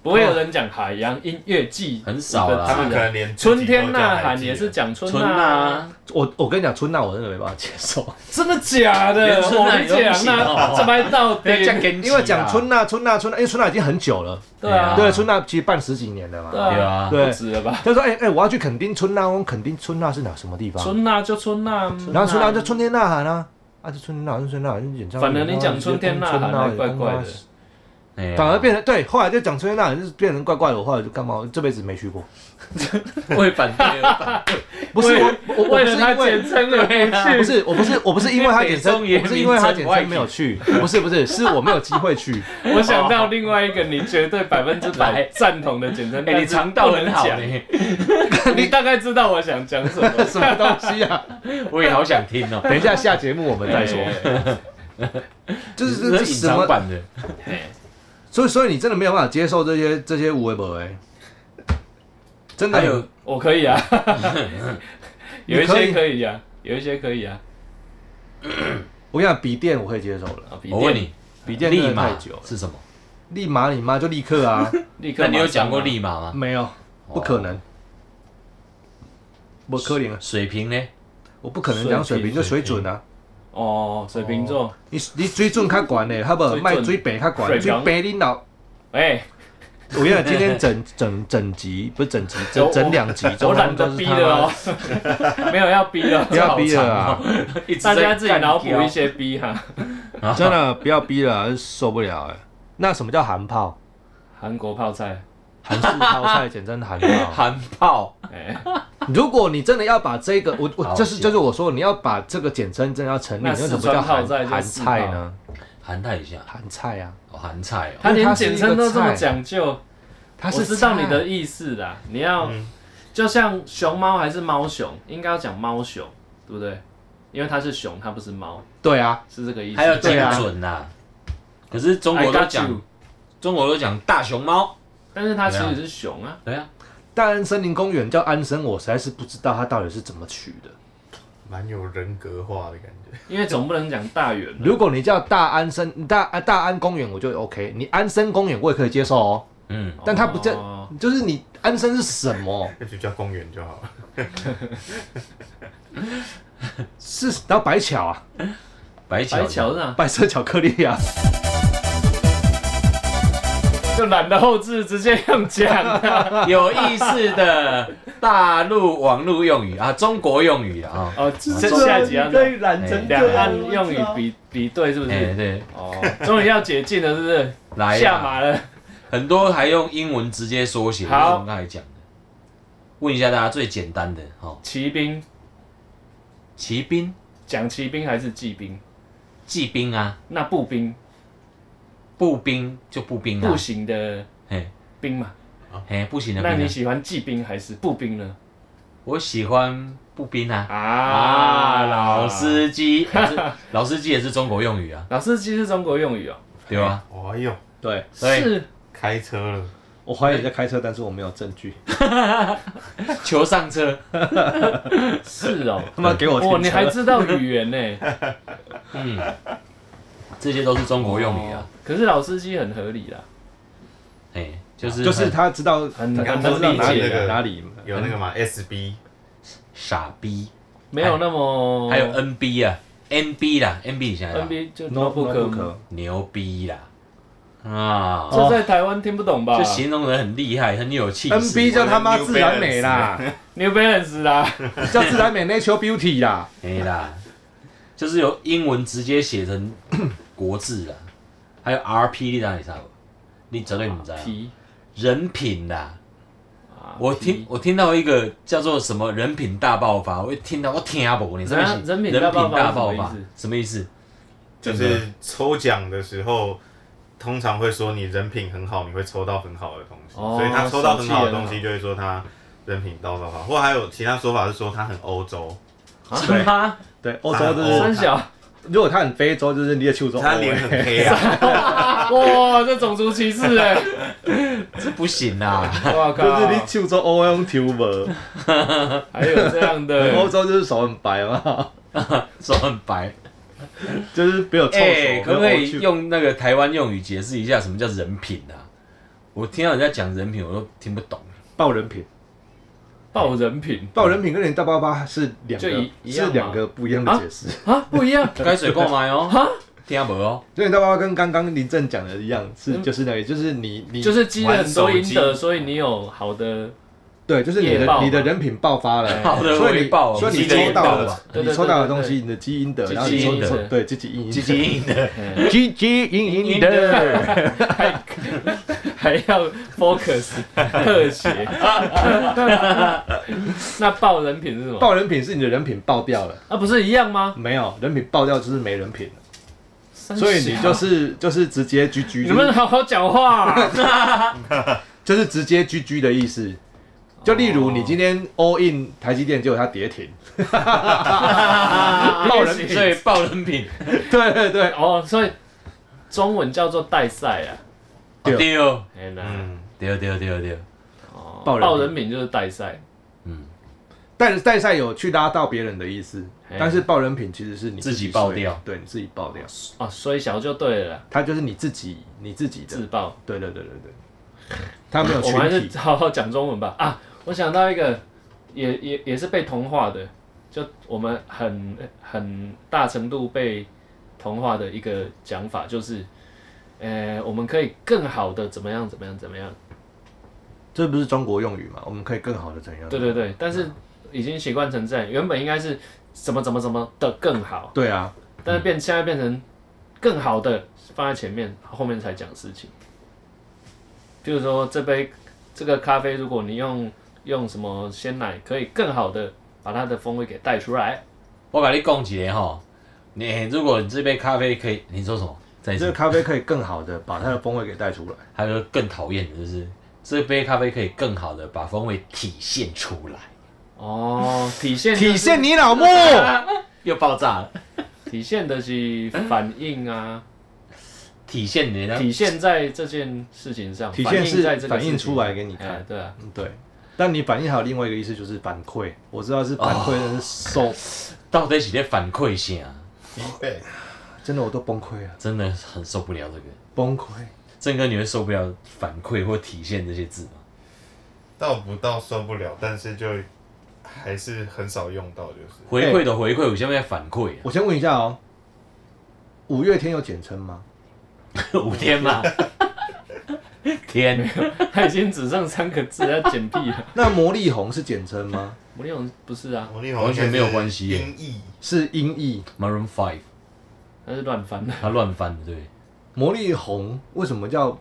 [SPEAKER 2] 不会有人讲海洋音乐季，
[SPEAKER 3] 很少啦
[SPEAKER 2] 这
[SPEAKER 4] 他
[SPEAKER 2] 个
[SPEAKER 4] 们
[SPEAKER 2] 字
[SPEAKER 4] 可能连
[SPEAKER 2] 春天呐喊也是讲春
[SPEAKER 3] 春啊，
[SPEAKER 1] 我我跟你讲，春娜我真的没办法接受，
[SPEAKER 2] 真的假的？
[SPEAKER 3] 连春
[SPEAKER 2] 我
[SPEAKER 3] 娜
[SPEAKER 2] 跟
[SPEAKER 3] 你
[SPEAKER 2] 你
[SPEAKER 3] 都不
[SPEAKER 2] 讲
[SPEAKER 3] 行
[SPEAKER 2] 啊，
[SPEAKER 3] 哦
[SPEAKER 2] 这边到底
[SPEAKER 1] 因为讲
[SPEAKER 3] 啊
[SPEAKER 1] 春娜春娜春娜，因为春娜已经很久了，
[SPEAKER 2] 对啊，
[SPEAKER 1] 对，春娜其实办十几年了嘛。
[SPEAKER 2] 啊
[SPEAKER 3] 对啊，
[SPEAKER 1] 对
[SPEAKER 2] 不止了吧？
[SPEAKER 1] 他说：“哎、哎、我要去垦丁春娜，我问垦丁春娜是哪什么地方？
[SPEAKER 2] 春呐就春呐，
[SPEAKER 1] 然后春娜就春天呐喊啊，啊，就春天呐喊，春天呐喊演唱会。
[SPEAKER 2] 反而你讲春天呐喊还怪怪的，
[SPEAKER 3] 哎呀
[SPEAKER 1] 反而变成对，后来就讲春天呐喊就是变成怪怪的，我后来就干嘛？这辈子没去过。
[SPEAKER 3] 为反对而反
[SPEAKER 1] 不是我，我我
[SPEAKER 2] 为
[SPEAKER 1] 不是
[SPEAKER 2] 了他
[SPEAKER 1] 因为
[SPEAKER 2] 简称而没
[SPEAKER 1] 不
[SPEAKER 2] 去，
[SPEAKER 1] 是我不是我不是因为他简称，我不是因为他简称没有去，不是不是，是我没有机会去。
[SPEAKER 2] 我想到另外一个你绝对百分之百赞同的简 称，
[SPEAKER 3] 对，哎，你肠道很好
[SPEAKER 2] 但是
[SPEAKER 3] 呢，
[SPEAKER 2] 不能讲，你大概知道我想讲什么。
[SPEAKER 1] 什么东西啊？
[SPEAKER 3] 我也好想听哦，
[SPEAKER 1] 等一下下节目我们再说。
[SPEAKER 2] 哎
[SPEAKER 1] 就是
[SPEAKER 3] 这
[SPEAKER 1] 这
[SPEAKER 3] 是隐
[SPEAKER 1] 什
[SPEAKER 3] 藏
[SPEAKER 1] 么？
[SPEAKER 3] 版的，
[SPEAKER 1] 所以所以你真的没有办法接受这些这些无为不为，真的
[SPEAKER 3] 还有
[SPEAKER 2] 我可以 啊，有一
[SPEAKER 1] 你可以
[SPEAKER 2] 些可以啊，有一些可以啊。
[SPEAKER 1] 我跟你讲，笔电我可以接受了，
[SPEAKER 2] 啊
[SPEAKER 3] 我问，你，
[SPEAKER 1] 笔电真
[SPEAKER 3] 立
[SPEAKER 1] 的太
[SPEAKER 3] 马
[SPEAKER 1] 久了。
[SPEAKER 3] 是什么？
[SPEAKER 1] 立马你妈就立刻啊，
[SPEAKER 2] 笔电立
[SPEAKER 3] 那
[SPEAKER 2] 刻马上啊
[SPEAKER 3] 你有讲过立马吗？
[SPEAKER 1] 没有，不可能，我可能啊，
[SPEAKER 3] 水平 呢？
[SPEAKER 1] 我不可能讲水平就水准啊。
[SPEAKER 2] 哦，水瓶座，
[SPEAKER 1] 你你水准较悬嘞，好不好？
[SPEAKER 2] 水准
[SPEAKER 1] 卖水平较悬，
[SPEAKER 2] 水
[SPEAKER 1] 水
[SPEAKER 2] 平
[SPEAKER 1] 平你老。
[SPEAKER 2] 哎，
[SPEAKER 1] 我跟你讲，今天整整整集不是整集，
[SPEAKER 2] 我
[SPEAKER 1] 整整两集，
[SPEAKER 2] 我
[SPEAKER 1] 中
[SPEAKER 2] 懒
[SPEAKER 1] 间
[SPEAKER 2] 得
[SPEAKER 1] 都是
[SPEAKER 2] 逼
[SPEAKER 1] 他妈
[SPEAKER 2] 了 哦，没有要逼了哦
[SPEAKER 1] 不，要逼了啊！
[SPEAKER 3] 一直
[SPEAKER 2] 大
[SPEAKER 3] 在
[SPEAKER 2] 家自己脑补
[SPEAKER 3] 干
[SPEAKER 2] 一些逼哈。
[SPEAKER 3] 掉，
[SPEAKER 1] 真的不要逼了，受不了哎。那什么叫韩炮？
[SPEAKER 2] 韩国泡菜，
[SPEAKER 1] 韩式泡菜简称韩炮。
[SPEAKER 3] 韩炮，
[SPEAKER 2] 哎，
[SPEAKER 1] 如果你真的要把这个，我我
[SPEAKER 3] 好
[SPEAKER 1] 就是
[SPEAKER 3] 行
[SPEAKER 1] 就是我说，你要把这个简称真的要成立，
[SPEAKER 2] 那
[SPEAKER 1] 你为什么
[SPEAKER 2] 四川
[SPEAKER 1] 叫韩
[SPEAKER 2] 泡菜就
[SPEAKER 1] 韩
[SPEAKER 2] 四
[SPEAKER 1] 菜
[SPEAKER 2] 泡
[SPEAKER 1] 呢？
[SPEAKER 3] 韩泰一下，
[SPEAKER 1] 韩菜啊，
[SPEAKER 3] 哦，韩菜哦，
[SPEAKER 2] 他连简称都这么讲究，
[SPEAKER 1] 它
[SPEAKER 2] 我
[SPEAKER 1] 是
[SPEAKER 2] 知道你
[SPEAKER 1] 菜
[SPEAKER 2] 的意思啦。你要
[SPEAKER 4] 嗯
[SPEAKER 2] 就像熊猫还是猫熊，应该要讲猫熊，对不对？因为它是熊，它不是猫，
[SPEAKER 1] 对啊，
[SPEAKER 2] 是这个意思。
[SPEAKER 3] 还有精
[SPEAKER 1] 对啊
[SPEAKER 3] 准啦。可是中国
[SPEAKER 2] I got
[SPEAKER 3] 都
[SPEAKER 2] you
[SPEAKER 3] 讲，中国都讲大熊猫，
[SPEAKER 2] 但是它其实是熊啊，
[SPEAKER 3] 对啊，
[SPEAKER 1] 大安森林公园叫安生，我实在是不知道它到底是怎么取的。
[SPEAKER 4] 蛮有人格化的感
[SPEAKER 3] 啊
[SPEAKER 4] 觉。
[SPEAKER 2] 因为总不能讲大圆
[SPEAKER 1] 如果你叫大安森大啊大安公园，我就 OK。你安生公园我也可以接受哦，
[SPEAKER 3] 嗯，
[SPEAKER 1] 但它不叫
[SPEAKER 2] 哦
[SPEAKER 1] 就是你安生是什么？
[SPEAKER 4] 那就叫公园就好了。
[SPEAKER 1] 是然后白巧啊，
[SPEAKER 3] 白巧，
[SPEAKER 2] 白桥是啊，
[SPEAKER 1] 白色巧克力啊，
[SPEAKER 2] 就懒得后置，直接用讲
[SPEAKER 3] 哦
[SPEAKER 2] 啊。
[SPEAKER 3] 有意思的大陆网络用语啊，中国用语的啊，
[SPEAKER 2] 哦，这下集要
[SPEAKER 1] 可以染
[SPEAKER 3] 成
[SPEAKER 2] 两岸用语比比对是不
[SPEAKER 3] 哎
[SPEAKER 2] 是？
[SPEAKER 3] 对，
[SPEAKER 2] 哦，终于要解禁了，是不是？
[SPEAKER 3] 来
[SPEAKER 2] 下
[SPEAKER 3] 呀，
[SPEAKER 2] 马了，
[SPEAKER 3] 很多还用英文直接缩写，
[SPEAKER 2] 好
[SPEAKER 3] 像我刚才讲的。问一下大家最简单的哦，
[SPEAKER 2] 骑兵
[SPEAKER 3] 骑兵、
[SPEAKER 2] 讲骑兵还是骑兵？
[SPEAKER 3] 骑兵啊，
[SPEAKER 2] 那步兵
[SPEAKER 3] 步兵就步兵啊
[SPEAKER 2] 步，行的
[SPEAKER 3] 嘿，
[SPEAKER 2] 兵嘛？
[SPEAKER 3] 嘿，不行的
[SPEAKER 2] 那
[SPEAKER 3] 兵
[SPEAKER 2] 你
[SPEAKER 3] 啊，
[SPEAKER 2] 喜欢骑兵还是步兵呢？
[SPEAKER 3] 我喜欢步兵啊。
[SPEAKER 2] 啊
[SPEAKER 3] 啊，，老，司机，这老司机也是中国用语啊，
[SPEAKER 2] 老司机是中国用语哦。
[SPEAKER 3] 对吧？
[SPEAKER 4] 哎呦，
[SPEAKER 1] 对，
[SPEAKER 3] 对
[SPEAKER 2] 是
[SPEAKER 4] 开车了，
[SPEAKER 1] 我怀疑你在开车，但是我没有证据。
[SPEAKER 3] 求上车，
[SPEAKER 2] 是哦。
[SPEAKER 1] 他妈给我停车！
[SPEAKER 2] 哦，你还知道语言呢？
[SPEAKER 3] 嗯，这些都是中国用语啊
[SPEAKER 2] 哦，。可是老司机很合理啦。
[SPEAKER 3] 哎，就是
[SPEAKER 1] 就是他知道
[SPEAKER 2] 很
[SPEAKER 1] 他
[SPEAKER 2] 很
[SPEAKER 1] 他知道
[SPEAKER 2] 理
[SPEAKER 1] 哪
[SPEAKER 4] 解
[SPEAKER 1] 里
[SPEAKER 4] 的
[SPEAKER 1] 哪里
[SPEAKER 4] 有那个嘛 SB，
[SPEAKER 3] 傻逼，
[SPEAKER 2] 没有那么，
[SPEAKER 3] 还有 NB 啊，NB 啦，NB 你想想，
[SPEAKER 2] NBA 就
[SPEAKER 1] no 不
[SPEAKER 2] notebook
[SPEAKER 1] 可
[SPEAKER 2] 嘛，
[SPEAKER 3] 牛逼啦，啊，
[SPEAKER 1] 哦
[SPEAKER 2] 这在台湾听不懂吧？
[SPEAKER 3] 这形容的很厉害，很有气势。
[SPEAKER 1] NB 叫他妈自然美啦，
[SPEAKER 2] New Balance 啦，
[SPEAKER 1] 叫自然美 Natural Beauty 啦。
[SPEAKER 3] 没哎啦，就是由英文直接写成国字啦，还有 RP 你哪里知道不？你绝对不知道。
[SPEAKER 2] 皮
[SPEAKER 3] 人品啦。
[SPEAKER 2] 啊
[SPEAKER 3] 我听我听到一个叫做什么人品大爆发，我一听到我听不懂，你知道吗？人
[SPEAKER 2] 人品
[SPEAKER 3] 品
[SPEAKER 2] 大爆发
[SPEAKER 3] 大
[SPEAKER 2] 是
[SPEAKER 3] 爆
[SPEAKER 2] 什么意
[SPEAKER 3] 发
[SPEAKER 2] 思
[SPEAKER 3] 什么意思？
[SPEAKER 4] 就是抽奖的时候，通常会说你人品很好，你会抽到很好的东西，
[SPEAKER 2] 哦
[SPEAKER 4] 所以他抽到很好的东
[SPEAKER 2] 手气
[SPEAKER 4] 西就会说他人品到的好，或还有其他说法是说他很欧洲，
[SPEAKER 3] 是吗？
[SPEAKER 1] 对，欧洲就
[SPEAKER 4] 哦
[SPEAKER 1] 是，
[SPEAKER 2] 三小，
[SPEAKER 1] 如果他很非洲，就是你的球中
[SPEAKER 4] 他脸很黑啊，
[SPEAKER 2] 哇，这种族歧视 哎！
[SPEAKER 3] 这不行啊啦！
[SPEAKER 2] 哇
[SPEAKER 1] 就是
[SPEAKER 2] 靠，
[SPEAKER 1] 你球中欧用 tuber，
[SPEAKER 2] 还有这样
[SPEAKER 1] 欧
[SPEAKER 2] 的，
[SPEAKER 1] 洲就是手很白嘛，
[SPEAKER 3] 说很白，
[SPEAKER 1] 就是没有臭手，
[SPEAKER 3] 哎、可不可
[SPEAKER 1] 没有欧
[SPEAKER 3] 以
[SPEAKER 1] 趣
[SPEAKER 3] 用那个台湾用语解释一下什么叫人品啊？我听到人家讲人品，我都听不懂。
[SPEAKER 1] 爆人品？
[SPEAKER 2] 爆人品
[SPEAKER 1] 爆人品跟人大爆发是两
[SPEAKER 2] 就
[SPEAKER 1] 个
[SPEAKER 2] 一，一
[SPEAKER 1] 是
[SPEAKER 2] 样嘛
[SPEAKER 1] 两个不一样的解释。
[SPEAKER 2] 啊，不一样
[SPEAKER 3] 该水购买哦， 哈，听不懂 哦。
[SPEAKER 1] 人大爆发跟刚刚林正讲的一样，是
[SPEAKER 2] 嗯
[SPEAKER 1] 就是那个，就是你你
[SPEAKER 2] 就是积了很多
[SPEAKER 4] 玩手
[SPEAKER 2] 阴
[SPEAKER 4] 机
[SPEAKER 2] 德，所以你有好的，
[SPEAKER 1] 对，就是你
[SPEAKER 2] 夜
[SPEAKER 1] 的
[SPEAKER 2] 爆哎
[SPEAKER 1] 你的人品爆发了，
[SPEAKER 3] 好的
[SPEAKER 1] 所以
[SPEAKER 3] 回
[SPEAKER 1] 你
[SPEAKER 3] 报
[SPEAKER 1] 所以你
[SPEAKER 4] 积极
[SPEAKER 1] 抽
[SPEAKER 4] 引
[SPEAKER 1] 到
[SPEAKER 4] 导
[SPEAKER 1] 了
[SPEAKER 4] 吧，
[SPEAKER 2] 对
[SPEAKER 1] 你
[SPEAKER 2] 对
[SPEAKER 1] 抽到的
[SPEAKER 2] 对对
[SPEAKER 1] 东西，你的基因的，
[SPEAKER 2] 积
[SPEAKER 1] 然后
[SPEAKER 3] 极
[SPEAKER 1] 你抽
[SPEAKER 3] 引导
[SPEAKER 1] 对积极因
[SPEAKER 3] 基金的，
[SPEAKER 2] 嘿
[SPEAKER 1] 积极因因的，
[SPEAKER 3] 的，
[SPEAKER 2] 还要 focus 特写。 那爆人品是什么？
[SPEAKER 1] 爆人品是你的人品爆掉了，
[SPEAKER 2] 啊，不是一样吗？
[SPEAKER 1] 没有人品爆掉就是没人品了，
[SPEAKER 2] 三
[SPEAKER 1] 所以你
[SPEAKER 2] 小
[SPEAKER 1] 就是就是直接居居，
[SPEAKER 2] 啊你们好好讲话 啊。
[SPEAKER 1] 就是直接居居的意思。就例如你今天
[SPEAKER 2] 哦
[SPEAKER 1] all in 台积电，结果它跌 停，
[SPEAKER 3] 爆
[SPEAKER 1] 人品
[SPEAKER 3] 所以爆人品。
[SPEAKER 1] 对对对，
[SPEAKER 2] 哦，所以中文叫做代赛啊。
[SPEAKER 1] 对
[SPEAKER 3] 对对
[SPEAKER 2] 哎那
[SPEAKER 4] 嗯，
[SPEAKER 3] 哦对哦对对，
[SPEAKER 2] 哦
[SPEAKER 1] 爆人
[SPEAKER 2] 爆人品就是代赛，
[SPEAKER 3] 嗯，
[SPEAKER 1] 但代赛有去拉到别人的意思，
[SPEAKER 2] 嘿
[SPEAKER 1] 但是爆人品其实是你
[SPEAKER 3] 自己
[SPEAKER 1] 衰
[SPEAKER 3] 爆掉，
[SPEAKER 1] 对，你自己爆掉，
[SPEAKER 2] 哦，衰小就对了啦，
[SPEAKER 1] 它就是你自己你自己的
[SPEAKER 2] 自，爆。
[SPEAKER 1] 对对对对对，它没有
[SPEAKER 2] 我
[SPEAKER 1] 群
[SPEAKER 2] 们还
[SPEAKER 1] 体
[SPEAKER 2] 是，好好讲中文吧。啊，我想到一个，也也也是被同化的，就我们很很大程度被同化的一个讲法，就是，呃，我们可以更好的怎么样怎么样怎么样。
[SPEAKER 1] 这不是中国用语嘛？我们可以更好的怎样？
[SPEAKER 2] 对对对，但是已经习惯成这样，原本应该是怎么怎么怎么的更好。
[SPEAKER 1] 对啊，
[SPEAKER 2] 但是变现在变成更好的放在前面，后面才讲事情。比如说这杯这个咖啡，如果你用用什么鲜奶，可以更好的把它的风味给带出来。
[SPEAKER 3] 我跟你讲一个哈，你如果你这杯咖啡可以，你说什么？再一
[SPEAKER 1] 这个
[SPEAKER 3] 次，
[SPEAKER 1] 咖啡可以更好的把它的风味给带出 来。
[SPEAKER 3] 还有更讨厌的就是，这杯咖啡可以更好的把风味体现出来，
[SPEAKER 2] 哦，体现就是
[SPEAKER 1] 体现你老 木，
[SPEAKER 3] 又爆炸了，
[SPEAKER 2] 体现的是反应啊，
[SPEAKER 3] 体现你的
[SPEAKER 2] 体现在这件事情上，
[SPEAKER 1] 嗯体现是
[SPEAKER 2] 反映在这个事情上
[SPEAKER 1] 反映出来给你看
[SPEAKER 2] 哎对啊，
[SPEAKER 1] 嗯对。但你反应还有另外一个意思，就是反馈。我知道是反馈，但是
[SPEAKER 2] 哦
[SPEAKER 1] 受
[SPEAKER 3] 到底是在反馈啥？
[SPEAKER 4] 对，
[SPEAKER 1] 真的我都崩溃了，
[SPEAKER 3] 真的很受不了这个。
[SPEAKER 1] 崩溃。
[SPEAKER 3] 郑哥，你会受不了反馈或体现这些字吗？
[SPEAKER 4] 到不到受不了，但是就还是很少用到，就是
[SPEAKER 3] 回馈的回馈，我现在在反馈啊，
[SPEAKER 1] 我先问一下哦，五月天有简称吗？
[SPEAKER 3] 五天嘛，天，
[SPEAKER 2] 他已经只剩三个字要剪屁了。
[SPEAKER 1] 那魔力红是简称吗？
[SPEAKER 2] 魔力红不是啊，
[SPEAKER 4] 魔力
[SPEAKER 3] 完全没有关系耶
[SPEAKER 4] 音译
[SPEAKER 1] 是音译。
[SPEAKER 3] Maroon Five，
[SPEAKER 2] 他是乱翻的。
[SPEAKER 3] 他乱翻的，对。
[SPEAKER 1] 魔力红为什么叫？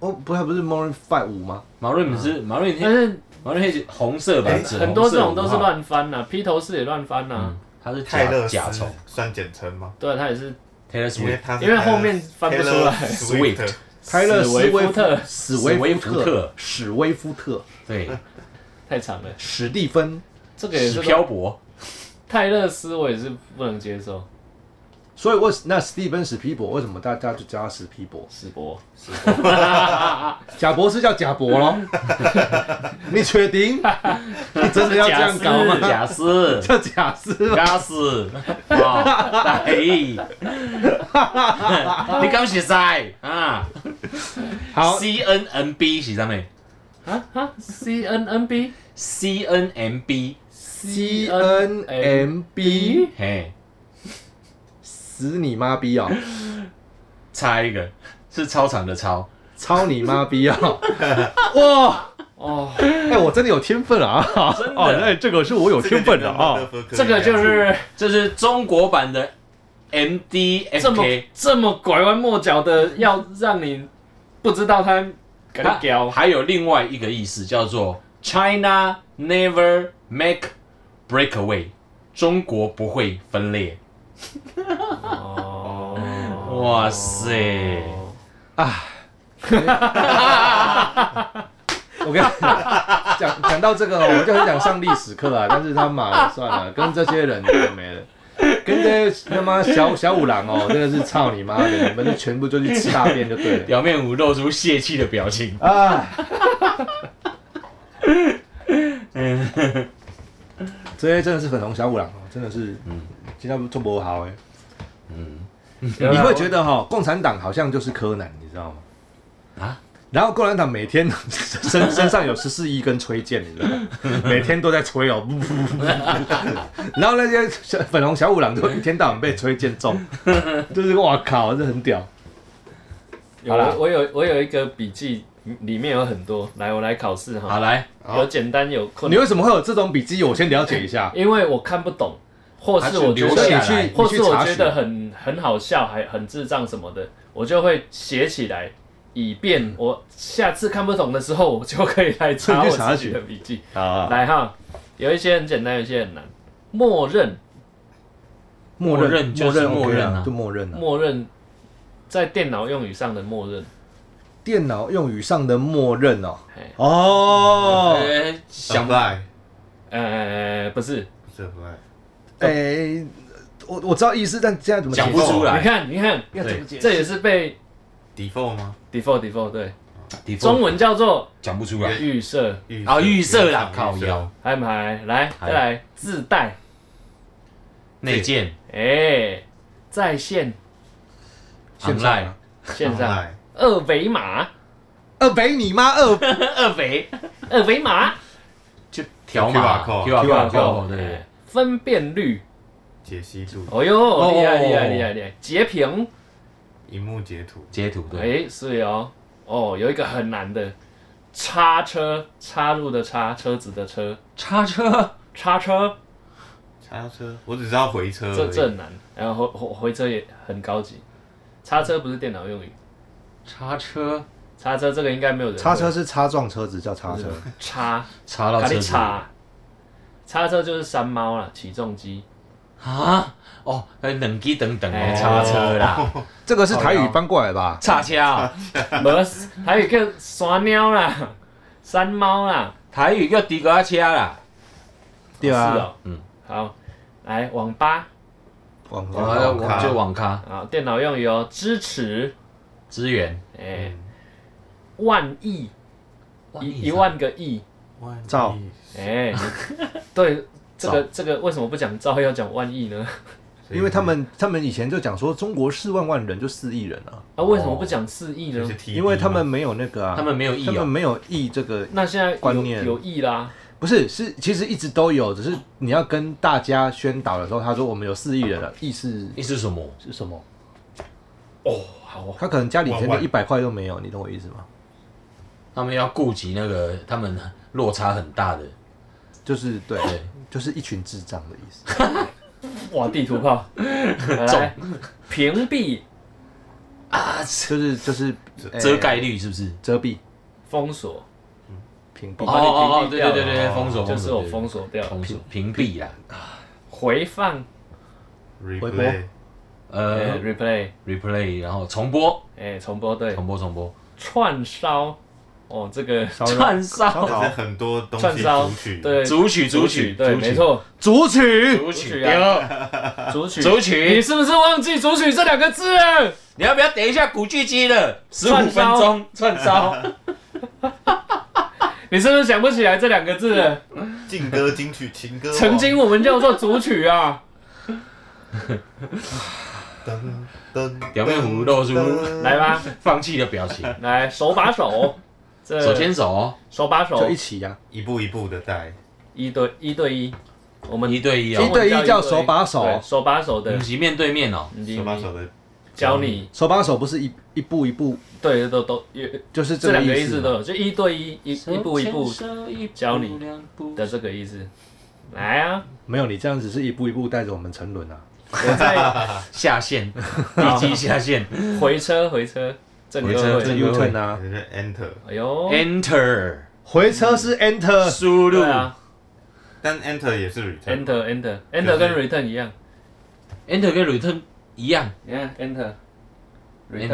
[SPEAKER 1] 哦，不，它不是 Maroon Five 五吗？
[SPEAKER 3] 马瑞不是马瑞，
[SPEAKER 2] 但是
[SPEAKER 3] 马瑞是红色版
[SPEAKER 4] 哎
[SPEAKER 3] 纸，
[SPEAKER 2] 很多这种
[SPEAKER 3] 红色
[SPEAKER 2] 都
[SPEAKER 3] 五
[SPEAKER 2] 是
[SPEAKER 3] 号，
[SPEAKER 2] 乱翻呐、披头士也乱翻呐、啊
[SPEAKER 3] 嗯，他是
[SPEAKER 4] 泰
[SPEAKER 3] 甲
[SPEAKER 4] 勒
[SPEAKER 3] 甲
[SPEAKER 4] 斯哎
[SPEAKER 3] 虫
[SPEAKER 4] 算简称吗？
[SPEAKER 2] 对，他也是
[SPEAKER 3] Taylor
[SPEAKER 4] 因为
[SPEAKER 3] Swift，
[SPEAKER 4] 他是
[SPEAKER 2] 因为后面翻不出来
[SPEAKER 4] Taylor Swift
[SPEAKER 1] 泰勒
[SPEAKER 2] 史
[SPEAKER 1] 斯
[SPEAKER 2] 威
[SPEAKER 1] 威
[SPEAKER 2] 夫特
[SPEAKER 1] 史威夫
[SPEAKER 3] 史威夫
[SPEAKER 1] 特
[SPEAKER 3] 特，
[SPEAKER 1] 史威夫特，
[SPEAKER 3] 对，
[SPEAKER 2] 太长了。
[SPEAKER 1] 史蒂芬。
[SPEAKER 2] 这个也
[SPEAKER 3] 史
[SPEAKER 2] 是
[SPEAKER 3] 漂泊，
[SPEAKER 2] 泰勒斯，我也是不能接受。
[SPEAKER 1] 所以为什那史蒂芬史皮博为什么大家就叫他史皮博？
[SPEAKER 2] 史博，
[SPEAKER 1] 贾博士叫贾博咯，你确定？你真的要这样搞
[SPEAKER 2] 是
[SPEAKER 1] 吗？
[SPEAKER 3] 贾斯，
[SPEAKER 1] 叫贾斯吗？
[SPEAKER 3] 贾斯，哇，哎， 你敢是在啊
[SPEAKER 1] 好，
[SPEAKER 3] ？C N N B 是啥物
[SPEAKER 2] 啊啊，C N N B
[SPEAKER 3] ？C N M B，
[SPEAKER 1] C N M B，
[SPEAKER 3] 嘿，
[SPEAKER 1] 死你妈逼哦，
[SPEAKER 3] 猜一个，是操场的操，
[SPEAKER 1] 操你妈逼哦！哇，
[SPEAKER 2] 哦，
[SPEAKER 1] 哎、我真的有天分啊！
[SPEAKER 3] 真的
[SPEAKER 1] 哦，那这个是我有天分的啊、
[SPEAKER 2] 这个就是
[SPEAKER 3] 这是中国版的 M D
[SPEAKER 2] 这
[SPEAKER 3] F
[SPEAKER 2] 么
[SPEAKER 3] K，
[SPEAKER 2] 这么拐弯抹角的，要让你不知道他跟你
[SPEAKER 3] 它
[SPEAKER 2] 屌，
[SPEAKER 3] 还有另外一个意思叫做 China never make breakaway，中国不会分裂。
[SPEAKER 2] 哦，
[SPEAKER 3] 哇塞！
[SPEAKER 1] 我跟你讲讲讲到这个哦，我就很想上历史课啊，但是他妈的算了，跟这些人没了，跟这些他妈小小五郎哦，真的是操你妈的，你们就全部就去吃大便就对了。
[SPEAKER 3] 表面舞露出泄气的表情。
[SPEAKER 1] 啊， 这些真的是粉红小五郎哦，真的是，嗯，今天做不好哎。你会觉得哈、共产党好像就是柯南，你知道吗？
[SPEAKER 3] 啊，
[SPEAKER 1] 然后共产党每天 身身上有十四亿根吹箭，你知道吗？每天都在吹哦，噗噗噗噗然后那些小粉红小五郎就一天到晚被吹箭中，就是哇靠，这很屌。
[SPEAKER 2] 有
[SPEAKER 1] 好啦
[SPEAKER 2] 我我有我有一个笔记，里面有很多，来我来考试
[SPEAKER 3] 好，
[SPEAKER 2] 哈，
[SPEAKER 3] 来，
[SPEAKER 1] 好
[SPEAKER 2] 有简单有困
[SPEAKER 1] 你
[SPEAKER 2] 难，
[SPEAKER 1] 为什么会有这种笔记？我先了解一下。
[SPEAKER 2] 因为我看不懂，或
[SPEAKER 3] 它
[SPEAKER 2] 是
[SPEAKER 3] 是
[SPEAKER 2] 我觉
[SPEAKER 3] 留
[SPEAKER 1] 所以
[SPEAKER 2] 得
[SPEAKER 3] 下
[SPEAKER 1] 你
[SPEAKER 3] 来
[SPEAKER 1] 去，
[SPEAKER 2] 或
[SPEAKER 1] 你去
[SPEAKER 2] 是我
[SPEAKER 1] 查
[SPEAKER 2] 觉
[SPEAKER 1] 询
[SPEAKER 2] 得很很好笑，还很智障什么的，我就会写起来，以便我下次看不懂的时候，我就可以来查
[SPEAKER 1] 你嗯
[SPEAKER 2] 我
[SPEAKER 1] 去查
[SPEAKER 2] 自己的笔记。
[SPEAKER 1] 好啊，
[SPEAKER 2] 来哈，有一些很简单，有一些很难。默认，
[SPEAKER 1] 默
[SPEAKER 3] 默认就是
[SPEAKER 1] 默认
[SPEAKER 3] 默
[SPEAKER 1] OK
[SPEAKER 3] 认
[SPEAKER 1] 啊
[SPEAKER 3] 啊
[SPEAKER 1] 就默认啊。
[SPEAKER 2] 默认，在电脑用语上的默认，
[SPEAKER 1] 电脑用语上的默认哦。
[SPEAKER 2] 嘿
[SPEAKER 1] 哦，
[SPEAKER 3] 呃，想
[SPEAKER 4] 不来，
[SPEAKER 2] 呃，不是，
[SPEAKER 4] 不是 apply
[SPEAKER 1] 哎，我我知道意思，但现在怎么解释
[SPEAKER 3] 讲不出来
[SPEAKER 2] 你看，你看，
[SPEAKER 1] 要怎么解释？
[SPEAKER 2] 这也是被
[SPEAKER 4] default 吗？
[SPEAKER 2] default default 对，中
[SPEAKER 3] 中
[SPEAKER 2] 文叫做
[SPEAKER 3] 讲不出来，
[SPEAKER 2] 哦预设，
[SPEAKER 4] 预
[SPEAKER 3] 啊预设啦
[SPEAKER 4] 原厂
[SPEAKER 3] 靠腰
[SPEAKER 2] 还不还？来，
[SPEAKER 3] 还
[SPEAKER 2] 再来自带，
[SPEAKER 3] 内建
[SPEAKER 2] 哎，在线
[SPEAKER 1] 现在
[SPEAKER 3] online
[SPEAKER 1] 啊
[SPEAKER 4] 预设
[SPEAKER 2] 线上
[SPEAKER 4] ，apply
[SPEAKER 2] 二维码，
[SPEAKER 1] 二北你妈二北
[SPEAKER 3] 二肥
[SPEAKER 2] 二维码
[SPEAKER 3] 就条码
[SPEAKER 4] QR code
[SPEAKER 3] QR code，对
[SPEAKER 2] 哎，分辨率，
[SPEAKER 4] 解析度、
[SPEAKER 2] 哦哟，
[SPEAKER 3] 哦
[SPEAKER 2] 厉害厉害厉害厉害，截屏，
[SPEAKER 4] 荧幕截图、
[SPEAKER 3] 截图对，
[SPEAKER 2] 哎，是哦，哦，有一个很难的，叉车，插入的插，车子的车，
[SPEAKER 3] 叉车
[SPEAKER 2] 叉车。
[SPEAKER 4] 刹车，我只知道回车而
[SPEAKER 2] 这
[SPEAKER 4] 已。
[SPEAKER 2] 这很难，然后回回回车也很高级，叉车不是电脑用语，
[SPEAKER 3] 叉车
[SPEAKER 2] 叉车这个应该没有 人会
[SPEAKER 1] 叉车是擦撞车子叫叉车，
[SPEAKER 2] 叉，
[SPEAKER 3] 插到
[SPEAKER 2] 咖
[SPEAKER 3] 车
[SPEAKER 2] 喱
[SPEAKER 3] 子
[SPEAKER 2] 叉，叉车就是山猫啦，起重机，
[SPEAKER 3] 啊，哦，哎，冷机等等
[SPEAKER 2] 哎
[SPEAKER 3] 哦，叉车啦，
[SPEAKER 1] 这个是台语翻过来吧？
[SPEAKER 3] 叉车哦，
[SPEAKER 2] 没事，还有一个山猫啦， 山猫啦，
[SPEAKER 3] 台语叫迪格车啦，
[SPEAKER 1] 对
[SPEAKER 2] 是
[SPEAKER 1] 啊，
[SPEAKER 2] 哦，
[SPEAKER 3] 嗯，
[SPEAKER 2] 好，来网吧
[SPEAKER 1] 网
[SPEAKER 3] 然后
[SPEAKER 4] 网咖
[SPEAKER 3] 就网咖
[SPEAKER 2] 啊，电脑用语哦，支持，
[SPEAKER 3] 支援
[SPEAKER 2] 哎、万亿一一万个亿，啊
[SPEAKER 4] 万一
[SPEAKER 1] 照
[SPEAKER 2] 哎、你对，这个这个为什么不讲兆，要讲万亿呢？
[SPEAKER 1] 因为他们他们以前就讲说中国四万万人就四亿人啊，
[SPEAKER 2] 啊，为什么不讲四亿呢？
[SPEAKER 4] 就是 TD
[SPEAKER 1] 因为他们
[SPEAKER 4] 嘛
[SPEAKER 1] 没有那个啊，
[SPEAKER 3] 他们没有意
[SPEAKER 1] 他们
[SPEAKER 3] 哦，
[SPEAKER 1] 没有亿这个
[SPEAKER 2] 那现在有
[SPEAKER 1] 观念
[SPEAKER 2] 有意啦，
[SPEAKER 1] 不是，是其实一直都有，只是你要跟大家宣导的时候，他说我们有四亿人了，亿是
[SPEAKER 3] 意思是什么？
[SPEAKER 1] 是什么？
[SPEAKER 2] 哦，好哦，
[SPEAKER 1] 他可能家里真
[SPEAKER 4] 万
[SPEAKER 1] 的
[SPEAKER 4] 万
[SPEAKER 1] 一百块都没有，你懂我意思吗？
[SPEAKER 3] 他们要顾及那个他们落差很大的，
[SPEAKER 1] 就是对，
[SPEAKER 3] 对，
[SPEAKER 1] 就是一群智障的意思。
[SPEAKER 2] 哇，地图 炮，来，屏蔽、
[SPEAKER 3] 啊，遮
[SPEAKER 1] 就是 就是呃
[SPEAKER 3] 遮盖率是不是？
[SPEAKER 1] 遮蔽
[SPEAKER 2] 封锁，
[SPEAKER 1] 屏
[SPEAKER 3] 哦
[SPEAKER 1] 蔽
[SPEAKER 2] 把你屏蔽
[SPEAKER 3] 哦哦，对
[SPEAKER 2] 掉
[SPEAKER 3] 对
[SPEAKER 2] 了
[SPEAKER 3] 对对，封锁
[SPEAKER 2] 就是我封
[SPEAKER 3] 封
[SPEAKER 2] 锁掉
[SPEAKER 3] 锁封锁屏蔽啊啦，
[SPEAKER 2] 回放，
[SPEAKER 1] 播
[SPEAKER 4] replay
[SPEAKER 2] 呃
[SPEAKER 3] 呃
[SPEAKER 2] ，replay，
[SPEAKER 3] ，replay，然后重播，
[SPEAKER 2] 哎，重播对，
[SPEAKER 3] 重播重播，
[SPEAKER 2] 串烧，哦，这个
[SPEAKER 1] 骚扰
[SPEAKER 3] 串烧
[SPEAKER 1] 烧
[SPEAKER 4] 就是
[SPEAKER 1] 烤
[SPEAKER 4] 很多东
[SPEAKER 2] 串
[SPEAKER 4] 西
[SPEAKER 2] 烧
[SPEAKER 4] 读取，，
[SPEAKER 2] 对，
[SPEAKER 3] 组曲组曲
[SPEAKER 2] 对，
[SPEAKER 3] 组曲
[SPEAKER 2] 没错，
[SPEAKER 1] 主曲
[SPEAKER 3] 主
[SPEAKER 2] 主曲
[SPEAKER 3] 曲
[SPEAKER 2] 啊
[SPEAKER 3] 啊，
[SPEAKER 2] 组曲，
[SPEAKER 3] 组
[SPEAKER 2] 你
[SPEAKER 3] 曲，
[SPEAKER 2] 是不是忘记组曲这两个字了？
[SPEAKER 3] 你要不要等一下古巨基了？十五
[SPEAKER 2] 串
[SPEAKER 3] 分
[SPEAKER 2] 烧
[SPEAKER 3] 钟 串烧，
[SPEAKER 2] 你是不是想不起来这两个字了？
[SPEAKER 4] 劲歌金曲情歌王，
[SPEAKER 2] 曾经我们叫做组曲啊，
[SPEAKER 4] 噔噔
[SPEAKER 3] 表面糊露出
[SPEAKER 1] 嗯
[SPEAKER 2] 来，吧，
[SPEAKER 3] 放弃的表情，
[SPEAKER 2] 来手把手，这
[SPEAKER 3] 手牵手，哦
[SPEAKER 2] 手把手
[SPEAKER 1] 就一起啊呀、
[SPEAKER 4] 一步一步的带，
[SPEAKER 2] 一对一对一，我们
[SPEAKER 3] 一对一
[SPEAKER 1] 一
[SPEAKER 3] 哦，
[SPEAKER 1] 对一叫手把手嗯
[SPEAKER 2] 对手把手
[SPEAKER 3] 我
[SPEAKER 2] 的嗯
[SPEAKER 3] 们，是面对面哦，
[SPEAKER 2] 你
[SPEAKER 4] 手把手的
[SPEAKER 2] 教你，
[SPEAKER 1] 手把手不是一一步一步，
[SPEAKER 2] 对，都都也
[SPEAKER 1] 就是
[SPEAKER 2] 这
[SPEAKER 1] 这
[SPEAKER 2] 两个
[SPEAKER 1] 个
[SPEAKER 2] 意
[SPEAKER 1] 思啊
[SPEAKER 2] 思
[SPEAKER 1] 嘛
[SPEAKER 2] 都有，就一对一，一一步一步教你
[SPEAKER 3] 你
[SPEAKER 2] 的这个意思。来啊，
[SPEAKER 1] 没有，你这样只是一步一步带着我们沉沦啊。
[SPEAKER 2] 我再
[SPEAKER 3] 下线，立即下线，
[SPEAKER 2] 回车回车，正
[SPEAKER 3] 回车
[SPEAKER 2] 二
[SPEAKER 3] 正
[SPEAKER 2] 位，
[SPEAKER 1] U turn 啊，
[SPEAKER 4] 就是 Enter，
[SPEAKER 2] 哎呦，
[SPEAKER 3] Enter
[SPEAKER 1] 回车是 Enter，
[SPEAKER 3] 输入
[SPEAKER 2] 对啊
[SPEAKER 4] 但 Enter 也是 Return。
[SPEAKER 2] ，enter enter enter 跟 return 一样，
[SPEAKER 3] Enter 跟 Return 一样
[SPEAKER 2] 你看 enter return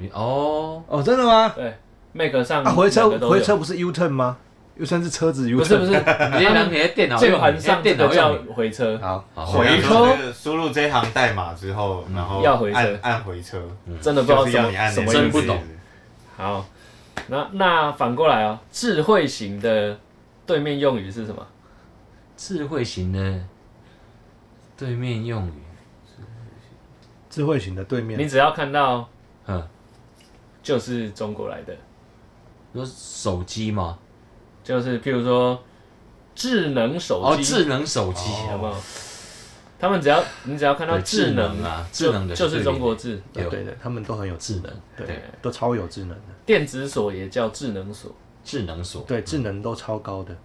[SPEAKER 3] ，Enter 哦，
[SPEAKER 1] 哦，真的吗？
[SPEAKER 2] 对，make 上
[SPEAKER 1] 啊，回
[SPEAKER 2] 嗯两个
[SPEAKER 1] 车
[SPEAKER 2] 都有
[SPEAKER 1] 回车不是 U turn 吗？U turn 是车子 U
[SPEAKER 2] 不是
[SPEAKER 1] turn，
[SPEAKER 2] 不是，
[SPEAKER 3] 你这人给电脑
[SPEAKER 2] 键
[SPEAKER 3] 用
[SPEAKER 2] 盘
[SPEAKER 3] 你在
[SPEAKER 2] 上这
[SPEAKER 3] 电
[SPEAKER 2] 个
[SPEAKER 3] 脑
[SPEAKER 2] 叫
[SPEAKER 3] 用
[SPEAKER 2] 回车，
[SPEAKER 1] 好，
[SPEAKER 3] 好
[SPEAKER 2] 回
[SPEAKER 4] 我
[SPEAKER 2] 车
[SPEAKER 4] 刚刚说这个输入这一行代码之后，然后
[SPEAKER 2] 要回车
[SPEAKER 4] 按按回车，
[SPEAKER 2] 真的不知道
[SPEAKER 4] 就是
[SPEAKER 2] 什
[SPEAKER 4] 要
[SPEAKER 2] 么
[SPEAKER 4] 你按
[SPEAKER 2] 什么
[SPEAKER 3] 意思
[SPEAKER 4] 那
[SPEAKER 3] 真
[SPEAKER 4] 个
[SPEAKER 3] 不
[SPEAKER 4] 字
[SPEAKER 3] 懂
[SPEAKER 2] 好，那那反过来哦，智慧型的对面用语是什么？
[SPEAKER 3] 智慧型的对面用语，
[SPEAKER 1] 智慧型的对
[SPEAKER 2] 你
[SPEAKER 1] 面，
[SPEAKER 2] 只要看到
[SPEAKER 3] 嗯，
[SPEAKER 2] 就是中国来的，
[SPEAKER 3] 说手机吗？
[SPEAKER 2] 就是譬如说智能手
[SPEAKER 3] 哦，
[SPEAKER 2] 机，
[SPEAKER 3] 智能手机，
[SPEAKER 2] 有没有？他们只要你只要看到
[SPEAKER 3] 对
[SPEAKER 2] 智
[SPEAKER 3] 智能啊
[SPEAKER 2] 就
[SPEAKER 3] 智能的
[SPEAKER 2] 就是
[SPEAKER 3] 是
[SPEAKER 2] 中国字。
[SPEAKER 1] 对
[SPEAKER 3] 有
[SPEAKER 1] 对的，他们都很有智能，对
[SPEAKER 3] 对，
[SPEAKER 2] 嗯
[SPEAKER 1] 都超有智能的，
[SPEAKER 2] 电子锁也叫智能锁
[SPEAKER 3] 智能锁，
[SPEAKER 2] 嗯
[SPEAKER 3] 嗯
[SPEAKER 1] 对，智能都超高的，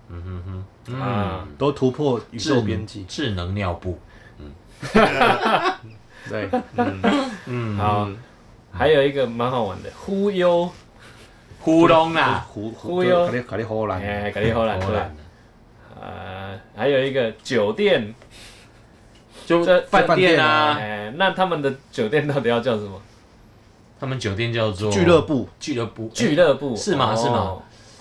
[SPEAKER 2] 啊，
[SPEAKER 1] 都突破宇
[SPEAKER 3] 智
[SPEAKER 1] 宙边际，
[SPEAKER 3] 智能尿布，
[SPEAKER 1] 对，嗯
[SPEAKER 2] 好，还有一个蛮好玩的忽悠，
[SPEAKER 3] 呼隆啦，
[SPEAKER 1] 忽
[SPEAKER 2] 啊忽悠
[SPEAKER 1] 卡利卡利荷
[SPEAKER 3] 嗯
[SPEAKER 1] 兰，
[SPEAKER 2] 哎，搞定后来
[SPEAKER 3] 荷
[SPEAKER 2] 出来
[SPEAKER 3] 兰，
[SPEAKER 2] 呃，还有一个酒店，
[SPEAKER 3] 就
[SPEAKER 2] 这
[SPEAKER 3] 饭
[SPEAKER 1] 饭
[SPEAKER 3] 店
[SPEAKER 1] 店啊
[SPEAKER 3] 啊，哎
[SPEAKER 2] 哎，那他们的酒店到底要叫什么？
[SPEAKER 3] 他们酒店叫做
[SPEAKER 1] 俱乐部，
[SPEAKER 3] 俱乐部
[SPEAKER 2] 俱乐部
[SPEAKER 3] 是吗
[SPEAKER 2] 哦
[SPEAKER 3] 是吗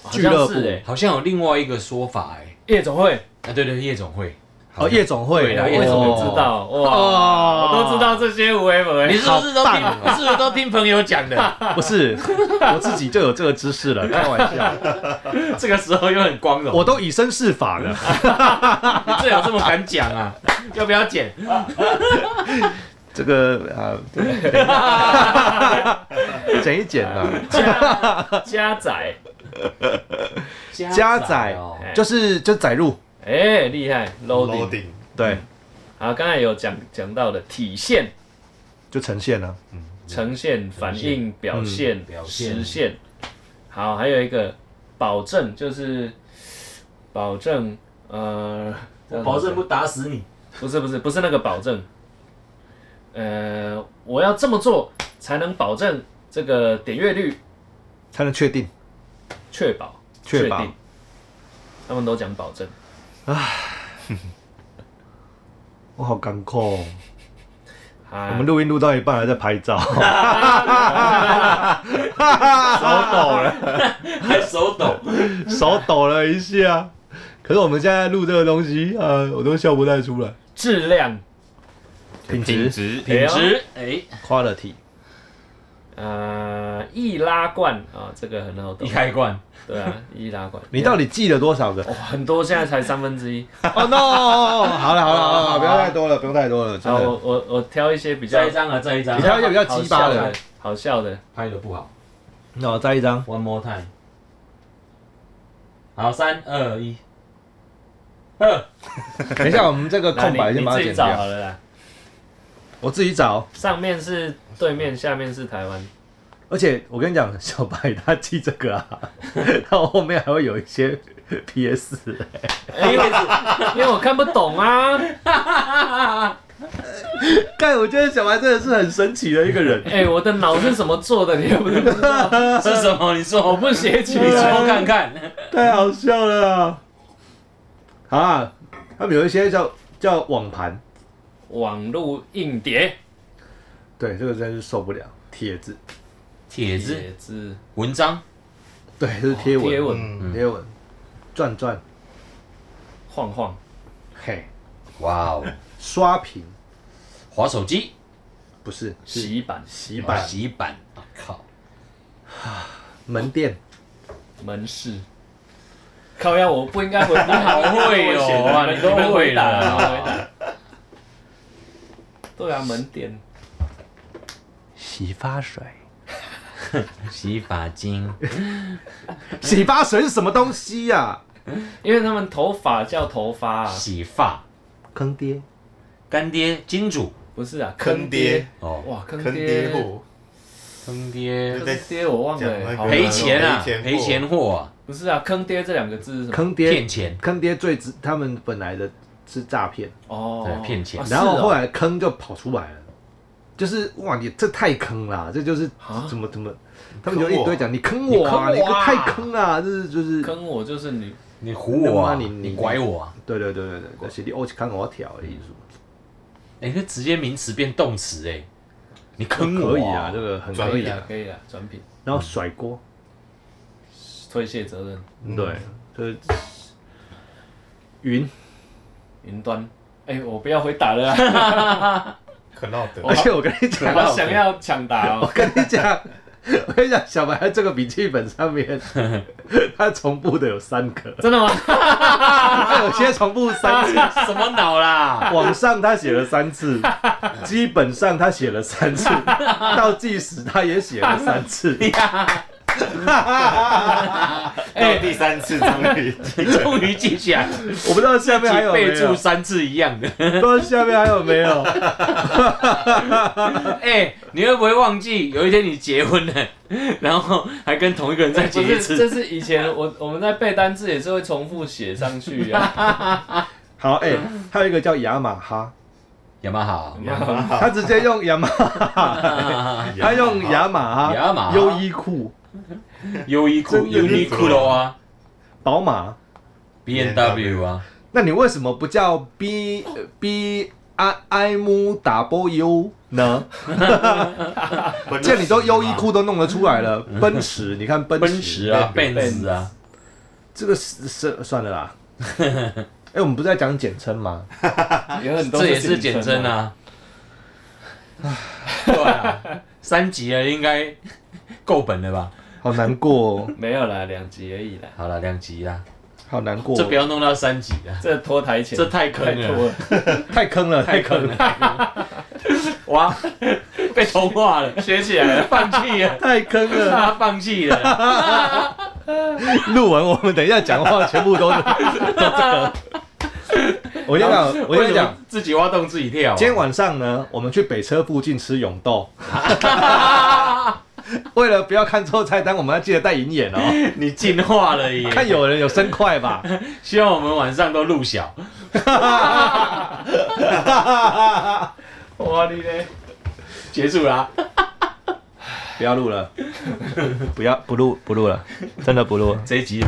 [SPEAKER 2] 好像
[SPEAKER 1] 俱乐部
[SPEAKER 2] 是哎
[SPEAKER 3] 哎，好像有另外一个说法哎，
[SPEAKER 2] 夜总会，
[SPEAKER 3] 啊对对，夜总会，
[SPEAKER 1] 哦，夜总会
[SPEAKER 3] 对啊
[SPEAKER 1] 哦，
[SPEAKER 3] 夜
[SPEAKER 2] 我怎
[SPEAKER 3] 总会
[SPEAKER 2] 么知道？哇，
[SPEAKER 1] 哦
[SPEAKER 2] 我都知道这些无为不
[SPEAKER 3] 你
[SPEAKER 2] 为。
[SPEAKER 3] 是不是都听？
[SPEAKER 1] 好棒哦
[SPEAKER 3] 你是不是都听朋友讲的？
[SPEAKER 1] 不是，我自己就有这个知识 了，开玩笑，
[SPEAKER 3] 这个时候又很光荣，
[SPEAKER 1] 我都以身试法了。
[SPEAKER 3] 你最好这么敢讲 啊？要不要剪？
[SPEAKER 1] 这个啊， 剪一剪啊，
[SPEAKER 2] 家家仔，
[SPEAKER 1] 加载
[SPEAKER 3] 哦
[SPEAKER 1] 就是就载入，嗯
[SPEAKER 2] 哎，厉害，loading。
[SPEAKER 4] loading
[SPEAKER 1] 对，
[SPEAKER 2] 好，刚才有讲讲到的体现、
[SPEAKER 1] 就呈现了。
[SPEAKER 2] 呈现、反应、表现、
[SPEAKER 1] 嗯
[SPEAKER 3] 表现
[SPEAKER 2] 实现。好，还有一个保证，就是保证，呃，
[SPEAKER 3] 我保证不打死你。
[SPEAKER 2] 不是不是不是那个保证，呃，我要这么做才能保证这个点阅率
[SPEAKER 1] 才能确定，
[SPEAKER 2] 确保
[SPEAKER 1] 确保
[SPEAKER 2] 定，他们都讲保证。
[SPEAKER 1] 我好感控。
[SPEAKER 2] 啊
[SPEAKER 1] 我们录音录到一半还在拍照， 手抖了，
[SPEAKER 3] 还手抖，
[SPEAKER 1] 手抖了一下。可是我们现在录这个东西，呃，我都笑不太出来。
[SPEAKER 2] 质量
[SPEAKER 1] 品质、
[SPEAKER 4] 品质
[SPEAKER 3] 品质哎，
[SPEAKER 1] quality，
[SPEAKER 2] 呃易拉罐啊、这个很好懂
[SPEAKER 3] 一，开罐，
[SPEAKER 2] 对啊，易拉罐。
[SPEAKER 1] 你到底记了多少个？
[SPEAKER 2] 哇很多现在才三分之一。
[SPEAKER 1] 哦 no！好了好了好了，不要太多了，不用太多了，真
[SPEAKER 2] 好，我
[SPEAKER 1] 的。
[SPEAKER 2] 我我挑一些比较
[SPEAKER 3] 再一张啊，再一张
[SPEAKER 1] 比，较比较
[SPEAKER 2] 好
[SPEAKER 1] 鸡巴
[SPEAKER 2] 笑的
[SPEAKER 1] 的，、
[SPEAKER 2] 好笑的。
[SPEAKER 3] 拍的不好
[SPEAKER 1] 那我再一张。
[SPEAKER 3] ，One more time，好，三二 一，二，
[SPEAKER 1] 等一下，我们这个
[SPEAKER 2] 那
[SPEAKER 1] 空
[SPEAKER 2] 你
[SPEAKER 1] 白先
[SPEAKER 2] 你
[SPEAKER 1] 把
[SPEAKER 2] 自
[SPEAKER 1] 它
[SPEAKER 2] 己
[SPEAKER 1] 剪
[SPEAKER 2] 找
[SPEAKER 1] 掉。
[SPEAKER 2] 好了啦。
[SPEAKER 1] 我自己找，
[SPEAKER 2] 上面是对面，下面是台湾。
[SPEAKER 1] 而且我跟你讲，小白他记这个啊， 他后面还会有一些 PS，
[SPEAKER 2] 哎因为 因为我看不懂啊。
[SPEAKER 1] 但我觉得小白真的是很神奇的一个 人。
[SPEAKER 2] 哎、我的脑是怎么做的？你又不是不知道，
[SPEAKER 3] 是什么？你说
[SPEAKER 2] 我
[SPEAKER 3] 我不，
[SPEAKER 2] 不写
[SPEAKER 3] 你
[SPEAKER 2] 曲
[SPEAKER 3] 说
[SPEAKER 2] 子。
[SPEAKER 3] 看看，
[SPEAKER 1] 太好笑了啊！好啊，他们有一些叫叫网盘，
[SPEAKER 2] 网络硬碟、
[SPEAKER 1] 对，这个真是受不了。帖子，
[SPEAKER 3] 帖子、
[SPEAKER 2] 帖子、
[SPEAKER 3] 文章、
[SPEAKER 1] 对，这是贴文，
[SPEAKER 2] 哦贴文、
[SPEAKER 4] 嗯，
[SPEAKER 1] 贴文，转转，
[SPEAKER 2] 晃晃、
[SPEAKER 1] 嘿，
[SPEAKER 3] 哇哦，
[SPEAKER 1] 刷屏
[SPEAKER 3] 滑手机、
[SPEAKER 1] 不是
[SPEAKER 2] 洗板、
[SPEAKER 1] 洗版
[SPEAKER 3] 洗板，啊靠，
[SPEAKER 1] 门店，
[SPEAKER 2] 门市。靠呀，我不应该回 答，
[SPEAKER 3] 你好会哦哇你都
[SPEAKER 2] 们
[SPEAKER 3] 会
[SPEAKER 2] 回答
[SPEAKER 3] 了
[SPEAKER 2] 你们回答。对啊，门店。
[SPEAKER 1] 洗发水，
[SPEAKER 3] 洗发精，
[SPEAKER 1] 洗发水是什么东西呀、啊？
[SPEAKER 2] 因为他们头发叫头发、啊，
[SPEAKER 3] 洗发，
[SPEAKER 1] 坑爹，
[SPEAKER 3] 干爹金主
[SPEAKER 2] 不是啊，
[SPEAKER 4] 坑爹，
[SPEAKER 3] 哦，
[SPEAKER 2] 哇，坑
[SPEAKER 4] 坑
[SPEAKER 2] 爹，
[SPEAKER 4] 爹货，
[SPEAKER 3] 坑爹
[SPEAKER 2] 坑爹我忘了、欸，好
[SPEAKER 3] 赔钱啊，
[SPEAKER 4] 赔钱货
[SPEAKER 3] 赔钱货啊，
[SPEAKER 2] 不是啊，坑爹这两个字是什么？
[SPEAKER 1] 坑爹，
[SPEAKER 3] 骗钱，
[SPEAKER 1] 坑爹最直，他们本来的是诈骗，
[SPEAKER 2] 哦
[SPEAKER 3] 对骗钱
[SPEAKER 2] 啊
[SPEAKER 1] 然后
[SPEAKER 2] 是哦
[SPEAKER 1] 后来坑就跑出来了，就是哇，你这太坑啦，这就是
[SPEAKER 2] 啊
[SPEAKER 1] 怎么怎么，他们就
[SPEAKER 4] 坑我
[SPEAKER 1] 一堆讲你坑我啊，
[SPEAKER 3] 你
[SPEAKER 1] 你
[SPEAKER 3] 坑我啊
[SPEAKER 1] 太坑啦，就是就是，
[SPEAKER 2] 坑我就是你，
[SPEAKER 3] 你唬我啊，
[SPEAKER 1] 那么
[SPEAKER 3] 你
[SPEAKER 1] 你你
[SPEAKER 3] 你拐我啊，
[SPEAKER 1] 对对对对对，我是你我去坑我条的艺术，
[SPEAKER 3] 哎、那直接名词变动词哎、你坑我
[SPEAKER 1] 可以啊，这个很
[SPEAKER 4] 转
[SPEAKER 1] 可
[SPEAKER 2] 可
[SPEAKER 1] 以
[SPEAKER 2] 以
[SPEAKER 1] 啊
[SPEAKER 2] 啊，，可以啊，转品
[SPEAKER 1] 然后甩锅，
[SPEAKER 2] 推卸责任，
[SPEAKER 1] 对，就是云，
[SPEAKER 2] 云端。哎、我不要回答了啊，
[SPEAKER 4] 可闹得。
[SPEAKER 1] 而且我跟你讲，
[SPEAKER 2] 我想要抢答
[SPEAKER 1] 我
[SPEAKER 2] 哦。
[SPEAKER 1] 跟你讲，我跟你讲，小白在这个笔记本上面，它重复的有三个，
[SPEAKER 2] 真的吗？
[SPEAKER 1] 它有些重复三次。
[SPEAKER 3] 什么 脑啦？
[SPEAKER 1] 往上他写了三次， 基本上他写了三次，倒计时他也写了三次。哎
[SPEAKER 4] 到第三次终于，
[SPEAKER 3] 哎你终于记 起来，
[SPEAKER 1] 我不知道下面啊还有没有，
[SPEAKER 3] 备注
[SPEAKER 1] 不
[SPEAKER 3] 三次一样的。
[SPEAKER 1] 知道下面还有没有。
[SPEAKER 3] 哎、你会不会忘记有一天你结婚了，然后还跟同一个人再
[SPEAKER 2] 不
[SPEAKER 3] 结一
[SPEAKER 2] 是，
[SPEAKER 3] 次？
[SPEAKER 2] 这是以前我我们在背单字也是会重复写上去啊。
[SPEAKER 1] 好，哎、还有一个叫雅马哈，
[SPEAKER 3] 雅马 哈，
[SPEAKER 1] 他直接用雅马， 他用 雅马哈、
[SPEAKER 3] 雅马哈
[SPEAKER 1] 优衣库、
[SPEAKER 3] 优衣库、
[SPEAKER 1] 真的
[SPEAKER 3] 优衣库喽啊
[SPEAKER 1] 宝马。
[SPEAKER 3] ，B N W 啊，
[SPEAKER 1] 那你为什么不叫 B B 啊 I I M W U 呢？既然你都优衣库都弄得出来 了，奔驰，你看奔驰
[SPEAKER 3] 奔驰啊，
[SPEAKER 1] 对
[SPEAKER 3] 奔驰啊，
[SPEAKER 1] 这个是是算了 啦。哎、我们不是在讲简称吗？
[SPEAKER 2] 有很多
[SPEAKER 3] 这也是简称
[SPEAKER 2] 啊。
[SPEAKER 3] 啊。对啊，三级了应该够本了吧？
[SPEAKER 1] 好难过、哦，
[SPEAKER 2] 没有啦，两集而已啦。
[SPEAKER 3] 好了，两级啦，
[SPEAKER 1] 好难过、
[SPEAKER 3] 这不
[SPEAKER 1] 哦，
[SPEAKER 3] 要弄到三级了，
[SPEAKER 2] 这拖台前
[SPEAKER 3] 这太坑
[SPEAKER 2] 太拖
[SPEAKER 3] 了，
[SPEAKER 2] 了，
[SPEAKER 1] 太坑了，太
[SPEAKER 3] 太
[SPEAKER 1] 坑
[SPEAKER 3] 坑
[SPEAKER 1] 了，
[SPEAKER 3] 了。哇， 被同化了，
[SPEAKER 2] 学起来了。
[SPEAKER 3] 放弃 了，
[SPEAKER 1] 太坑了。
[SPEAKER 3] 他放弃了啦。
[SPEAKER 1] 录完我们等一下讲话全部都 是都这个。我先讲，我
[SPEAKER 3] 为
[SPEAKER 1] 先
[SPEAKER 3] 什
[SPEAKER 1] 讲
[SPEAKER 3] 么，自己挖洞自己跳啊。
[SPEAKER 1] 今天晚上呢，我们去北车附近吃永豆。 为了不要看错菜单，我们要记得带银眼 哦。
[SPEAKER 3] 你进化了耶！
[SPEAKER 1] 看有人有生快吧？
[SPEAKER 3] 希望我们晚上都录小。
[SPEAKER 2] 哇你嘞！
[SPEAKER 3] 结束啦、
[SPEAKER 1] 不要录 了，不要不录不录了，真的不录了。
[SPEAKER 3] 这一集。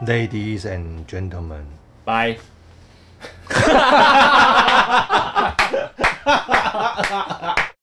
[SPEAKER 1] Ladies and gentlemen，
[SPEAKER 2] 拜。